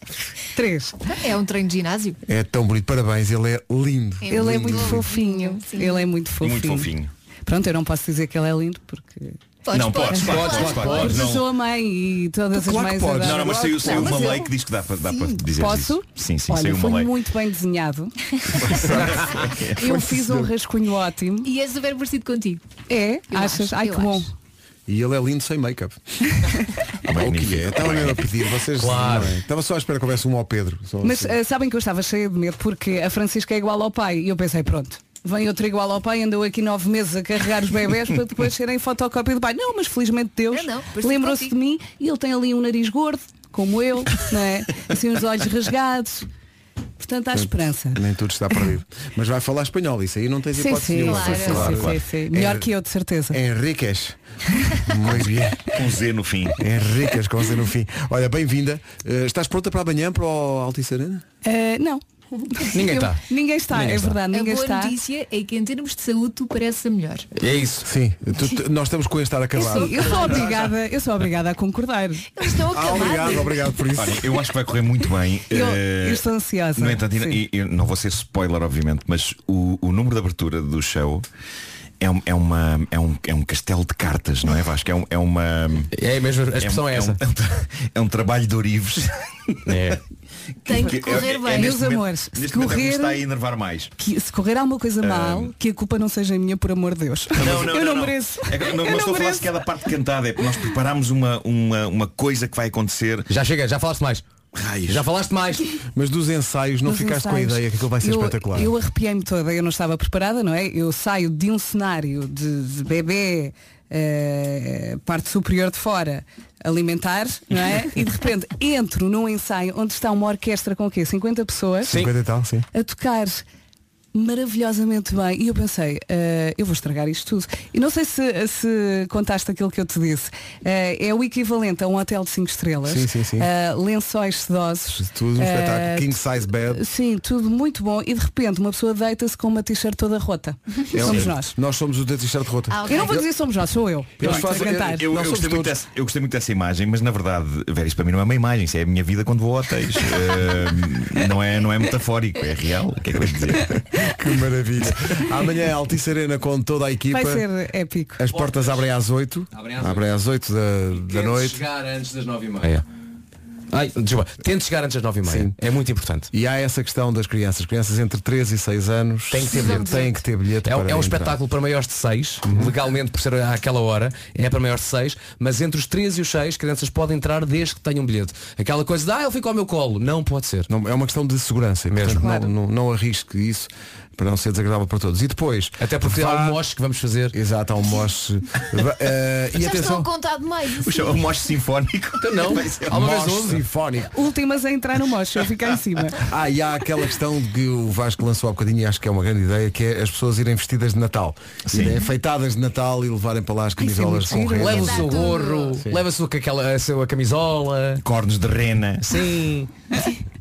Speaker 7: Três.
Speaker 1: É um treino de ginásio.
Speaker 2: É tão bonito. Parabéns, ele é lindo.
Speaker 7: Ele é muito fofinho. Ele é muito fofinho.
Speaker 2: Muito fofinho.
Speaker 7: Pronto, eu não posso dizer que ele é lindo porque.
Speaker 11: Podes, Não, podes, podes, podes, podes, podes,
Speaker 7: Porque
Speaker 11: não.
Speaker 7: sou a mãe e todas as mães adoram.
Speaker 11: Não, não, mas saiu, saiu
Speaker 7: Mas
Speaker 11: uma
Speaker 7: eu-
Speaker 11: lei que diz que dá para, dá para dizer
Speaker 7: Posso?
Speaker 11: isso. Sim, sim,
Speaker 7: Olha,
Speaker 11: saiu
Speaker 7: foi
Speaker 11: uma lei.
Speaker 7: muito bem
Speaker 11: [LAUGHS]
Speaker 7: desenhado. eu fiz um rascunho ótimo.
Speaker 1: E é super parecido contigo.
Speaker 7: É?
Speaker 1: Eu
Speaker 7: Achas?
Speaker 1: acho,
Speaker 7: Ai
Speaker 1: eu
Speaker 7: que bom.
Speaker 2: E ele é lindo sem
Speaker 7: [LAUGHS]
Speaker 2: make-up. Ah, bem, o que é? Eu Estava mesmo a pedir, vocês
Speaker 16: Claro.
Speaker 2: não é? Estava só à espera que houvesse um ao Pedro. Só
Speaker 7: Mas
Speaker 2: assim.
Speaker 7: ah, sabem que eu estava cheia de medo porque a Francisca é igual ao pai. E eu pensei, pronto, vem outro igual ao pai, andou aqui nove meses a carregar os bebés para depois serem fotocópia do pai. Não, mas felizmente Deus lembrou-se de mim e ele tem ali um nariz gordo, como eu, não é? Assim uns olhos rasgados. Portanto, há esperança.
Speaker 2: Nem tudo está
Speaker 7: [LAUGHS]
Speaker 2: perdido. Mas vai falar espanhol, isso aí não tens
Speaker 7: Sim,
Speaker 2: hipótese
Speaker 7: sim,
Speaker 2: nenhuma.
Speaker 7: sim, sim, sim, sim, sim. Melhor que eu, de certeza.
Speaker 2: É. Henriques. Muito bem.
Speaker 11: Com Z no fim.
Speaker 2: Henriques, com Z no fim. Olha, bem-vinda. Eh, estás pronta para amanhã, para o Altice Arena?
Speaker 7: Ah, não.
Speaker 2: Ninguém
Speaker 7: Eu-
Speaker 2: está.
Speaker 7: Ninguém está,
Speaker 2: Ninguém
Speaker 7: é
Speaker 2: está.
Speaker 7: verdade, ninguém
Speaker 1: a boa
Speaker 7: está.
Speaker 1: notícia é que em termos de saúde tu pareces a melhor.
Speaker 2: É isso. Sim. Tu- tu- nós estamos com este estar
Speaker 7: Eu
Speaker 2: acabado.
Speaker 7: sou, eu sou obrigada, eu sou obrigada a concordar. Eu
Speaker 1: estou
Speaker 2: Ah, obrigado, obrigado por isso.
Speaker 11: Olha, eu acho que vai correr muito bem.
Speaker 7: Eu-
Speaker 11: Eh,
Speaker 7: eu estou ansiosa.
Speaker 11: No entanto,
Speaker 7: Ah, Sim.
Speaker 11: e- e- não vou ser spoiler, obviamente, mas o, o número de abertura do show é, um- é uma, é, um, é um castelo de cartas, não é, Vasco? É, um- é uma...
Speaker 16: É mesmo, a
Speaker 11: um-
Speaker 16: expressão é
Speaker 11: um-
Speaker 16: essa.
Speaker 11: [LAUGHS] É um, tra- é um trabalho de orives. É.
Speaker 7: Tem que
Speaker 2: é,
Speaker 7: correr bem. Meus amores, se
Speaker 11: neste momento é o que me
Speaker 7: correr-
Speaker 11: está a enervar mais.
Speaker 7: Que se correr alguma coisa mal, que a culpa não seja minha, por amor de Deus. [LAUGHS] eu não, mereço.
Speaker 11: É que- não, mas
Speaker 7: Eu não
Speaker 11: estou a falar
Speaker 7: mereço.
Speaker 11: sequer da parte cantada, é porque nós preparámos uma, uma, uma coisa que vai acontecer.
Speaker 16: Já chega, já falaste mais. Já falaste mais.
Speaker 2: Mas dos ensaios não
Speaker 7: Dos
Speaker 2: ficaste
Speaker 7: ensaios.
Speaker 2: com a ideia que aquilo vai ser
Speaker 7: eu,
Speaker 2: espetacular.
Speaker 7: Eu arrepiei-me toda, eu não estava preparada, não é? Eu saio de um cenário de, de bebê, eh, parte superior de fora, alimentar, não é? E de repente entro num ensaio onde está uma orquestra com o quê? 50 pessoas
Speaker 2: 50 e tal, sim.
Speaker 7: a tocar maravilhosamente bem e eu pensei eh, eu vou estragar isto tudo e não sei se, se contaste aquilo que eu te disse Eh, é o equivalente a um hotel de 5 estrelas
Speaker 2: Sim, sim, sim.
Speaker 7: Eh, lençóis sedosos
Speaker 2: Tudo um
Speaker 7: eh,
Speaker 2: espetáculo. King size bed.
Speaker 7: Sim, tudo muito bom e de repente uma pessoa deita-se com uma t-shirt toda rota.
Speaker 2: É um-
Speaker 7: Somos nós. Ah,
Speaker 2: Nós somos o da t-shirt rota.
Speaker 7: Eu não vou dizer somos nós, sou eu.
Speaker 11: Eu,
Speaker 7: Pronto, a cantar.
Speaker 11: eu- eu gostei muito dessa, eu gostei muito dessa imagem, mas na verdade, ver isto para mim não é uma imagem, isso é a minha vida quando vou a [LAUGHS] hotéis. Eh, não, é, não é metafórico, é real. O que é que eu vou [LAUGHS] dizer?
Speaker 2: Que
Speaker 7: [LAUGHS]
Speaker 2: maravilha. Amanhã é Altice Arena com toda a equipa.
Speaker 7: Vai ser épico.
Speaker 2: As portas abrem às 8.
Speaker 16: Abrem às
Speaker 2: às 8 da, da noite.
Speaker 16: chegar antes das 9h30. Ai, desculpa, tente chegar antes das 9h30. É muito importante.
Speaker 2: E há essa questão das crianças. Crianças entre 3 e 6 anos
Speaker 16: Tem que ter bilhete.
Speaker 2: Têm que ter bilhete
Speaker 16: É, um-
Speaker 2: para
Speaker 16: é um
Speaker 2: entrar.
Speaker 16: espetáculo para maiores de 6,
Speaker 11: Uhum.
Speaker 16: legalmente por ser àquela hora, é para maiores de 6, mas entre os 3 e os 6 crianças podem entrar desde que tenham um bilhete. Aquela coisa de ah, ele ficou ao meu colo, não pode ser.
Speaker 2: Não, é uma questão de segurança. e, Portanto,
Speaker 16: Claro.
Speaker 2: não, não, não arrisque isso para não ser desagradável para todos. E depois. Até
Speaker 16: porque há um
Speaker 2: que vamos fazer. Exato, há um moche.
Speaker 16: [LAUGHS]
Speaker 2: Va- eh, e
Speaker 1: Já estou
Speaker 2: atenção.
Speaker 1: a contar demais. assim.
Speaker 11: O show- o moche sinfónico.
Speaker 16: Então não.
Speaker 11: Vai ser um
Speaker 16: Há uma
Speaker 7: um
Speaker 11: moche
Speaker 16: vez houve.
Speaker 2: polifónico.
Speaker 17: Últimas a entrar no mocho, eu fico em cima.
Speaker 2: Ah, e há aquela questão de que o Vasco lançou há bocadinho e acho que é uma grande ideia, que é as pessoas irem vestidas de Natal.
Speaker 7: Sim.
Speaker 2: Irem enfeitadas de Natal e levarem para lá as camisolas
Speaker 11: Um
Speaker 2: com renas.
Speaker 7: Um Leva o seu gorro,
Speaker 2: Sim.
Speaker 7: leva a sua, aquela, a sua camisola.
Speaker 11: Cornos de rena.
Speaker 7: Sim.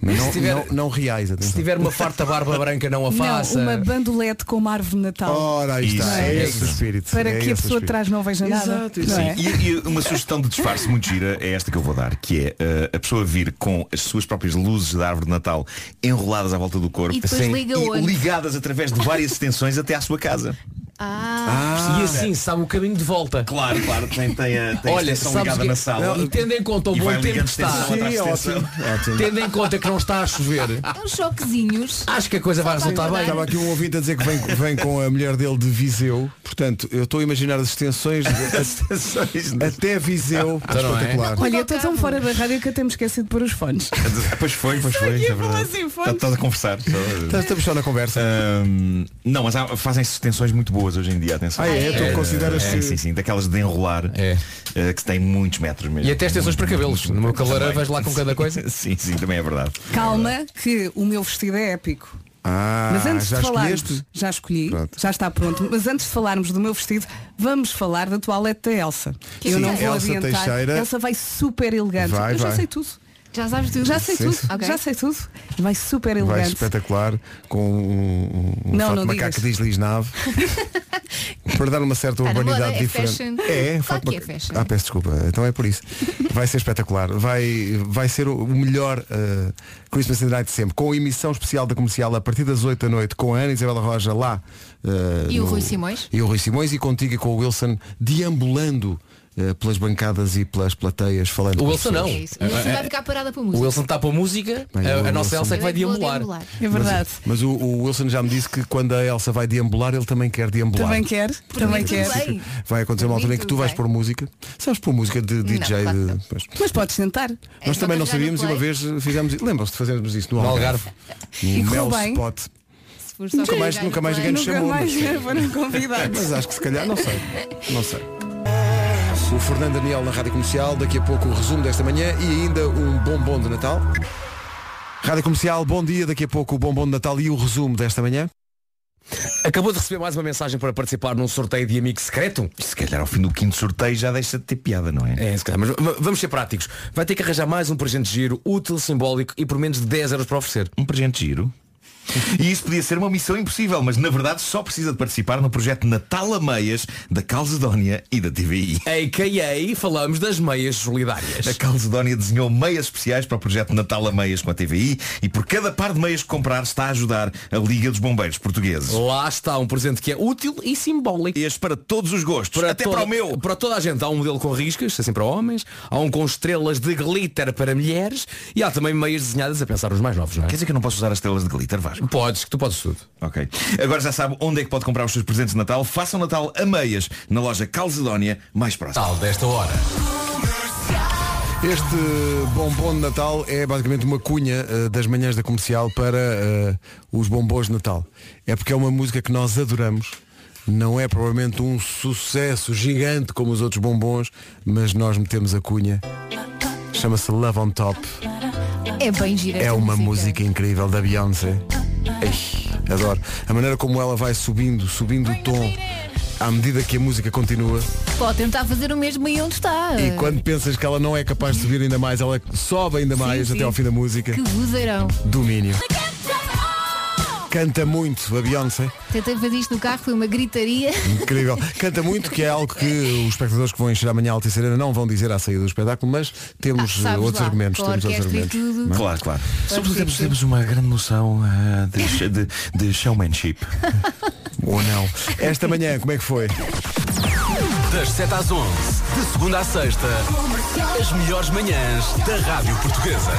Speaker 2: Mas não, não, não reais, atenção.
Speaker 7: Se tiver uma farta barba branca, não a faça.
Speaker 17: Não, uma bandolete com uma árvore de Natal.
Speaker 2: Ora, aí está.
Speaker 17: Não
Speaker 2: É esse o espírito.
Speaker 17: Para
Speaker 11: É
Speaker 17: que
Speaker 11: esse
Speaker 17: a
Speaker 11: o
Speaker 17: pessoa
Speaker 11: espírito.
Speaker 17: atrás não veja nada.
Speaker 11: Exato,
Speaker 17: não
Speaker 11: sim.
Speaker 17: é?
Speaker 11: E, e uma sugestão de disfarce muito gira é esta que eu vou dar, que é eh, a pessoa vir com as suas próprias luzes da árvore de Natal enroladas à volta do corpo
Speaker 1: E depois liga o
Speaker 11: e
Speaker 1: olho.
Speaker 11: ligadas através de várias extensões até à sua casa.
Speaker 7: e assim sabe o caminho de volta.
Speaker 11: Ah. Claro, claro, tem, tem a tem a
Speaker 7: Olha,
Speaker 11: extensão
Speaker 7: sabes
Speaker 11: ligada
Speaker 7: que-
Speaker 11: na sala. [LAUGHS]
Speaker 7: E tendo em conta o
Speaker 11: E
Speaker 7: bom
Speaker 11: vai
Speaker 7: tempo que
Speaker 11: ligando
Speaker 2: Ah,
Speaker 7: está,
Speaker 2: tá,
Speaker 11: extensão atrás de extensão.
Speaker 7: tendo em conta que não está a chover,
Speaker 2: Ah.
Speaker 1: É Uns choquezinhos.
Speaker 7: acho que a coisa vai resultar bem.
Speaker 2: Estava aqui um ouvinte a dizer que vem, vem com a mulher dele de Viseu. Portanto, eu estou a imaginar as
Speaker 17: [LAUGHS]
Speaker 2: extensões, até Viseu.
Speaker 17: Tá,
Speaker 11: Então não é?
Speaker 2: espetacular.
Speaker 17: Olha, eu estou tão fora da rádio que até me esqueci de pôr os fones.
Speaker 11: É Pois foi, pois foi.
Speaker 17: Sabia,
Speaker 11: é verdade.
Speaker 17: falou assim, foi.
Speaker 11: Tá- Estás a conversar.
Speaker 17: tá.
Speaker 7: Tá.
Speaker 2: Estamos só na conversa.
Speaker 11: não, mas há- fazem-se extensões muito boas hoje em dia, atenção.
Speaker 2: Ah, é? Tu
Speaker 7: Então
Speaker 11: Eh,
Speaker 2: consideras
Speaker 11: sim,
Speaker 2: que-
Speaker 11: sim, sim, daquelas de enrolar, eh, que tem muitos metros mesmo.
Speaker 7: É. E até extensões para cabelos. No meu cabeleireiro vais lá com cada
Speaker 11: [LAUGHS]
Speaker 7: coisa.
Speaker 11: sim, sim, também é verdade.
Speaker 17: Calma, que o meu vestido é épico.
Speaker 2: Ah,
Speaker 17: Mas antes
Speaker 2: já
Speaker 17: de falarmos,
Speaker 2: escolheste?
Speaker 17: já escolhi,
Speaker 2: Pronto.
Speaker 17: já está pronto. Mas antes de falarmos do meu vestido, vamos falar da toalete da Elsa.
Speaker 2: Que
Speaker 17: Eu
Speaker 2: sim.
Speaker 17: não vou
Speaker 2: Elsa
Speaker 17: adiantar.
Speaker 2: Teixeira.
Speaker 17: Elsa vai super elegante.
Speaker 2: Vai,
Speaker 17: Eu já
Speaker 2: vai.
Speaker 17: sei tudo.
Speaker 1: Já sabes tudo?
Speaker 17: Já sei
Speaker 2: Sim,
Speaker 17: tudo.
Speaker 2: sim. Ok.
Speaker 17: Já sei tudo. Vai super
Speaker 2: Vai
Speaker 17: elegante.
Speaker 2: espetacular com um, um
Speaker 17: Não,
Speaker 2: fato
Speaker 17: não
Speaker 2: de macaco diz
Speaker 17: [LAUGHS]
Speaker 2: lisnave para dar uma
Speaker 17: Tá
Speaker 2: certa
Speaker 1: Está na moda,
Speaker 2: urbanidade
Speaker 1: é
Speaker 2: diferente.
Speaker 1: fashion.
Speaker 2: É,
Speaker 1: Claro
Speaker 2: fato
Speaker 1: que é
Speaker 2: maca-
Speaker 1: fashion.
Speaker 2: Ah, peço desculpa, então é por isso. Vai ser espetacular. Vai, vai ser o o melhor eh, Christmas in the Night de sempre, com a emissão especial da comercial a partir das 8 da noite, com a Ana Isabela Roja lá. eh,
Speaker 1: E o Rui Simões.
Speaker 2: E o Rui Simões e contigo e com o Wilson deambulando eh, pelas bancadas e pelas plateias falando.
Speaker 7: O
Speaker 2: com
Speaker 7: Wilson
Speaker 2: pessoas.
Speaker 7: não.
Speaker 1: É isso. O Wilson vai ficar parada para a
Speaker 7: O
Speaker 1: música.
Speaker 7: Wilson está para a música,
Speaker 2: Bem,
Speaker 7: a-
Speaker 2: o
Speaker 7: a, nossa
Speaker 2: Wilson-
Speaker 7: Elsa é que
Speaker 1: Eu
Speaker 7: vai
Speaker 1: é que vou
Speaker 7: deambular.
Speaker 1: deambular.
Speaker 17: É verdade.
Speaker 2: Mas o, o Wilson já me disse que quando a Elsa vai deambular, ele também quer deambular.
Speaker 17: Também quer, também
Speaker 1: Muito
Speaker 17: quer.
Speaker 1: bem.
Speaker 2: Vai acontecer uma altura em que tu vais
Speaker 1: Muito
Speaker 2: pôr música. Sabes pôr música de DJ
Speaker 1: claro É,
Speaker 2: de. pois.
Speaker 17: Mas podes tentar.
Speaker 2: Nós também não sabíamos e uma
Speaker 1: play.
Speaker 2: vez fizemos. Lembram-se de fazermos isso no
Speaker 7: No
Speaker 2: Algarve.
Speaker 17: E
Speaker 2: No
Speaker 17: correu
Speaker 2: Mel
Speaker 17: bem.
Speaker 2: Spot.
Speaker 1: Se for só
Speaker 2: Nunca
Speaker 1: para
Speaker 2: mais,
Speaker 1: ligar então.
Speaker 2: nunca
Speaker 1: no
Speaker 2: mais
Speaker 1: play.
Speaker 2: ninguém nos
Speaker 17: Nunca
Speaker 2: chamou.
Speaker 17: mais [LAUGHS]
Speaker 2: mas-
Speaker 17: foram convidados.
Speaker 2: Mas acho que se calhar, não sei. Não sei. O Fernando Daniel na Rádio Comercial, daqui a pouco o resumo desta manhã e ainda um bombom de Natal. Rádio Comercial, bom dia, daqui a pouco o bombom de Natal e o resumo desta manhã.
Speaker 7: Acabou de receber mais uma mensagem para participar num sorteio de amigo secreto?
Speaker 11: Se calhar ao fim do quinto sorteio já deixa de ter piada, não é?
Speaker 7: É, se calhar, mas v- vamos ser práticos. Vai ter que arranjar mais um presente giro, útil, simbólico e por menos de 10 euros para oferecer.
Speaker 11: Um presente giro. E isso podia ser uma missão impossível, mas na verdade só precisa de participar no projeto Natal a Meias da Calcedónia e da TVI.
Speaker 7: AKA, falamos das meias solidárias.
Speaker 11: A Calcedónia desenhou meias especiais para o projeto Natal a Meias com a TVI e por cada par de meias que comprar está a ajudar a Liga dos Bombeiros Portugueses.
Speaker 7: Lá está um presente que é útil e simbólico.
Speaker 11: E as para todos os gostos, até
Speaker 7: toda-
Speaker 11: para o meu.
Speaker 7: Para toda a gente. Há um modelo com riscas, assim para homens, há um com estrelas de glitter para mulheres e há também meias desenhadas a pensar nos mais novos, não é?
Speaker 11: Quer dizer que eu não posso usar as estrelas de glitter, Vasco?
Speaker 7: Podes, que tu podes tudo.
Speaker 11: Ok. Agora já sabe onde é que pode comprar os seus presentes de Natal. Faça o Natal a meias na loja Calcedónia mais
Speaker 7: Ah.
Speaker 11: próxima.
Speaker 13: Tal desta hora.
Speaker 2: Este bombom de Natal é basicamente uma cunha eh, das manhãs da comercial para eh, os bombons de Natal. É porque é uma música que nós adoramos. Não é provavelmente um sucesso gigante como os outros bombons, mas nós metemos a cunha. Chama-se Love on Top.
Speaker 1: É bem gira.
Speaker 2: É
Speaker 1: esta
Speaker 2: uma música incrível da Beyoncé. Ei, adoro. A maneira como ela vai subindo, subindo o tom à medida que a música continua.
Speaker 1: Pode tentar fazer o mesmo aí onde está.
Speaker 2: E quando pensas que ela não é capaz de subir ainda mais, ela sobe ainda mais
Speaker 1: sim.
Speaker 2: até ao fim da música.
Speaker 1: Que buzeirão.
Speaker 2: Domínio. Canta muito a Beyoncé,
Speaker 1: Tentei fazer isto no carro, foi uma gritaria.
Speaker 2: incrível. Canta muito, que é algo que os espectadores que vão encher amanhã a Altice Arena não vão dizer à saída do espetáculo, mas temos
Speaker 1: Ah,
Speaker 2: eh,
Speaker 1: [LAUGHS] sabes
Speaker 2: outros
Speaker 1: lá,
Speaker 2: argumentos.
Speaker 1: com a
Speaker 2: Temos outros
Speaker 1: orquestra e
Speaker 2: argumentos.
Speaker 1: tudo.
Speaker 2: não é?
Speaker 11: Claro, claro. Sobretudo
Speaker 1: sim,
Speaker 11: temos,
Speaker 1: sim.
Speaker 11: temos uma grande noção ah, de, de, de showmanship.
Speaker 1: tipo
Speaker 2: Ou não. Esta manhã, como é que foi?
Speaker 13: Das 7 às 11, de segunda à sexta, as melhores manhãs da Rádio Portuguesa.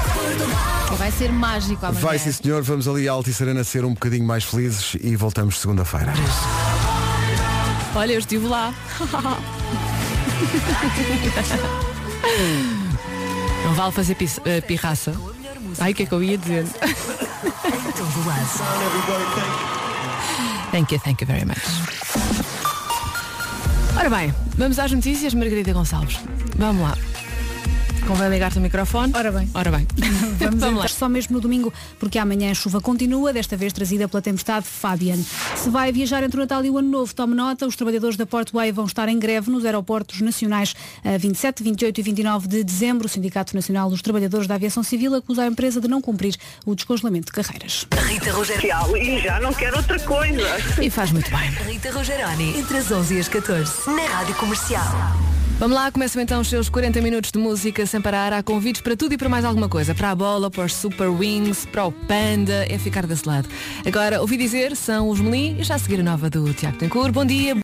Speaker 1: Vai ser mágico amanhã.
Speaker 2: é? Vai sim senhor, vamos ali à Altice Arena ser um bocadinho mais felizes e voltamos segunda-feira.
Speaker 17: Olha, eu estive lá.
Speaker 18: Não vale fazer pis- eh, pirraça. Ai, o que é que eu ia dizer?
Speaker 15: Em todo lado.
Speaker 18: Thank you, thank you very much. Ora bem, vamos às notícias, Margarida Gonçalves. Vamos lá.
Speaker 1: Convém ligar-te o microfone. Ora bem. Ora bem.
Speaker 5: Vamos,
Speaker 1: [LAUGHS] Vamos
Speaker 5: Vamos
Speaker 1: lá.
Speaker 5: só mesmo no domingo, porque amanhã a chuva continua, desta vez trazida pela tempestade Fabian. Se vai viajar entre o Natal e o Ano Novo, tome nota, os trabalhadores da Portway vão estar em greve nos aeroportos nacionais a 27, 28 e 29 de dezembro. O Sindicato Nacional dos Trabalhadores da Aviação Civil acusa a empresa de não cumprir o descongelamento de carreiras.
Speaker 19: Rita Rogeroni. E já não quero outra coisa.
Speaker 1: E faz muito bem.
Speaker 19: Rita Rogeroni, entre as 11 e as 14, na Rádio Comercial.
Speaker 1: Vamos lá, começam então os seus 40 minutos de música sem parar. Há convites para tudo e para mais alguma coisa. Para a bola, para os Super Wings, para o Panda. É ficar desse lado. Agora, ouvi dizer, são os Melim e já a seguir a nova do Tiago Tencourt. Bom dia.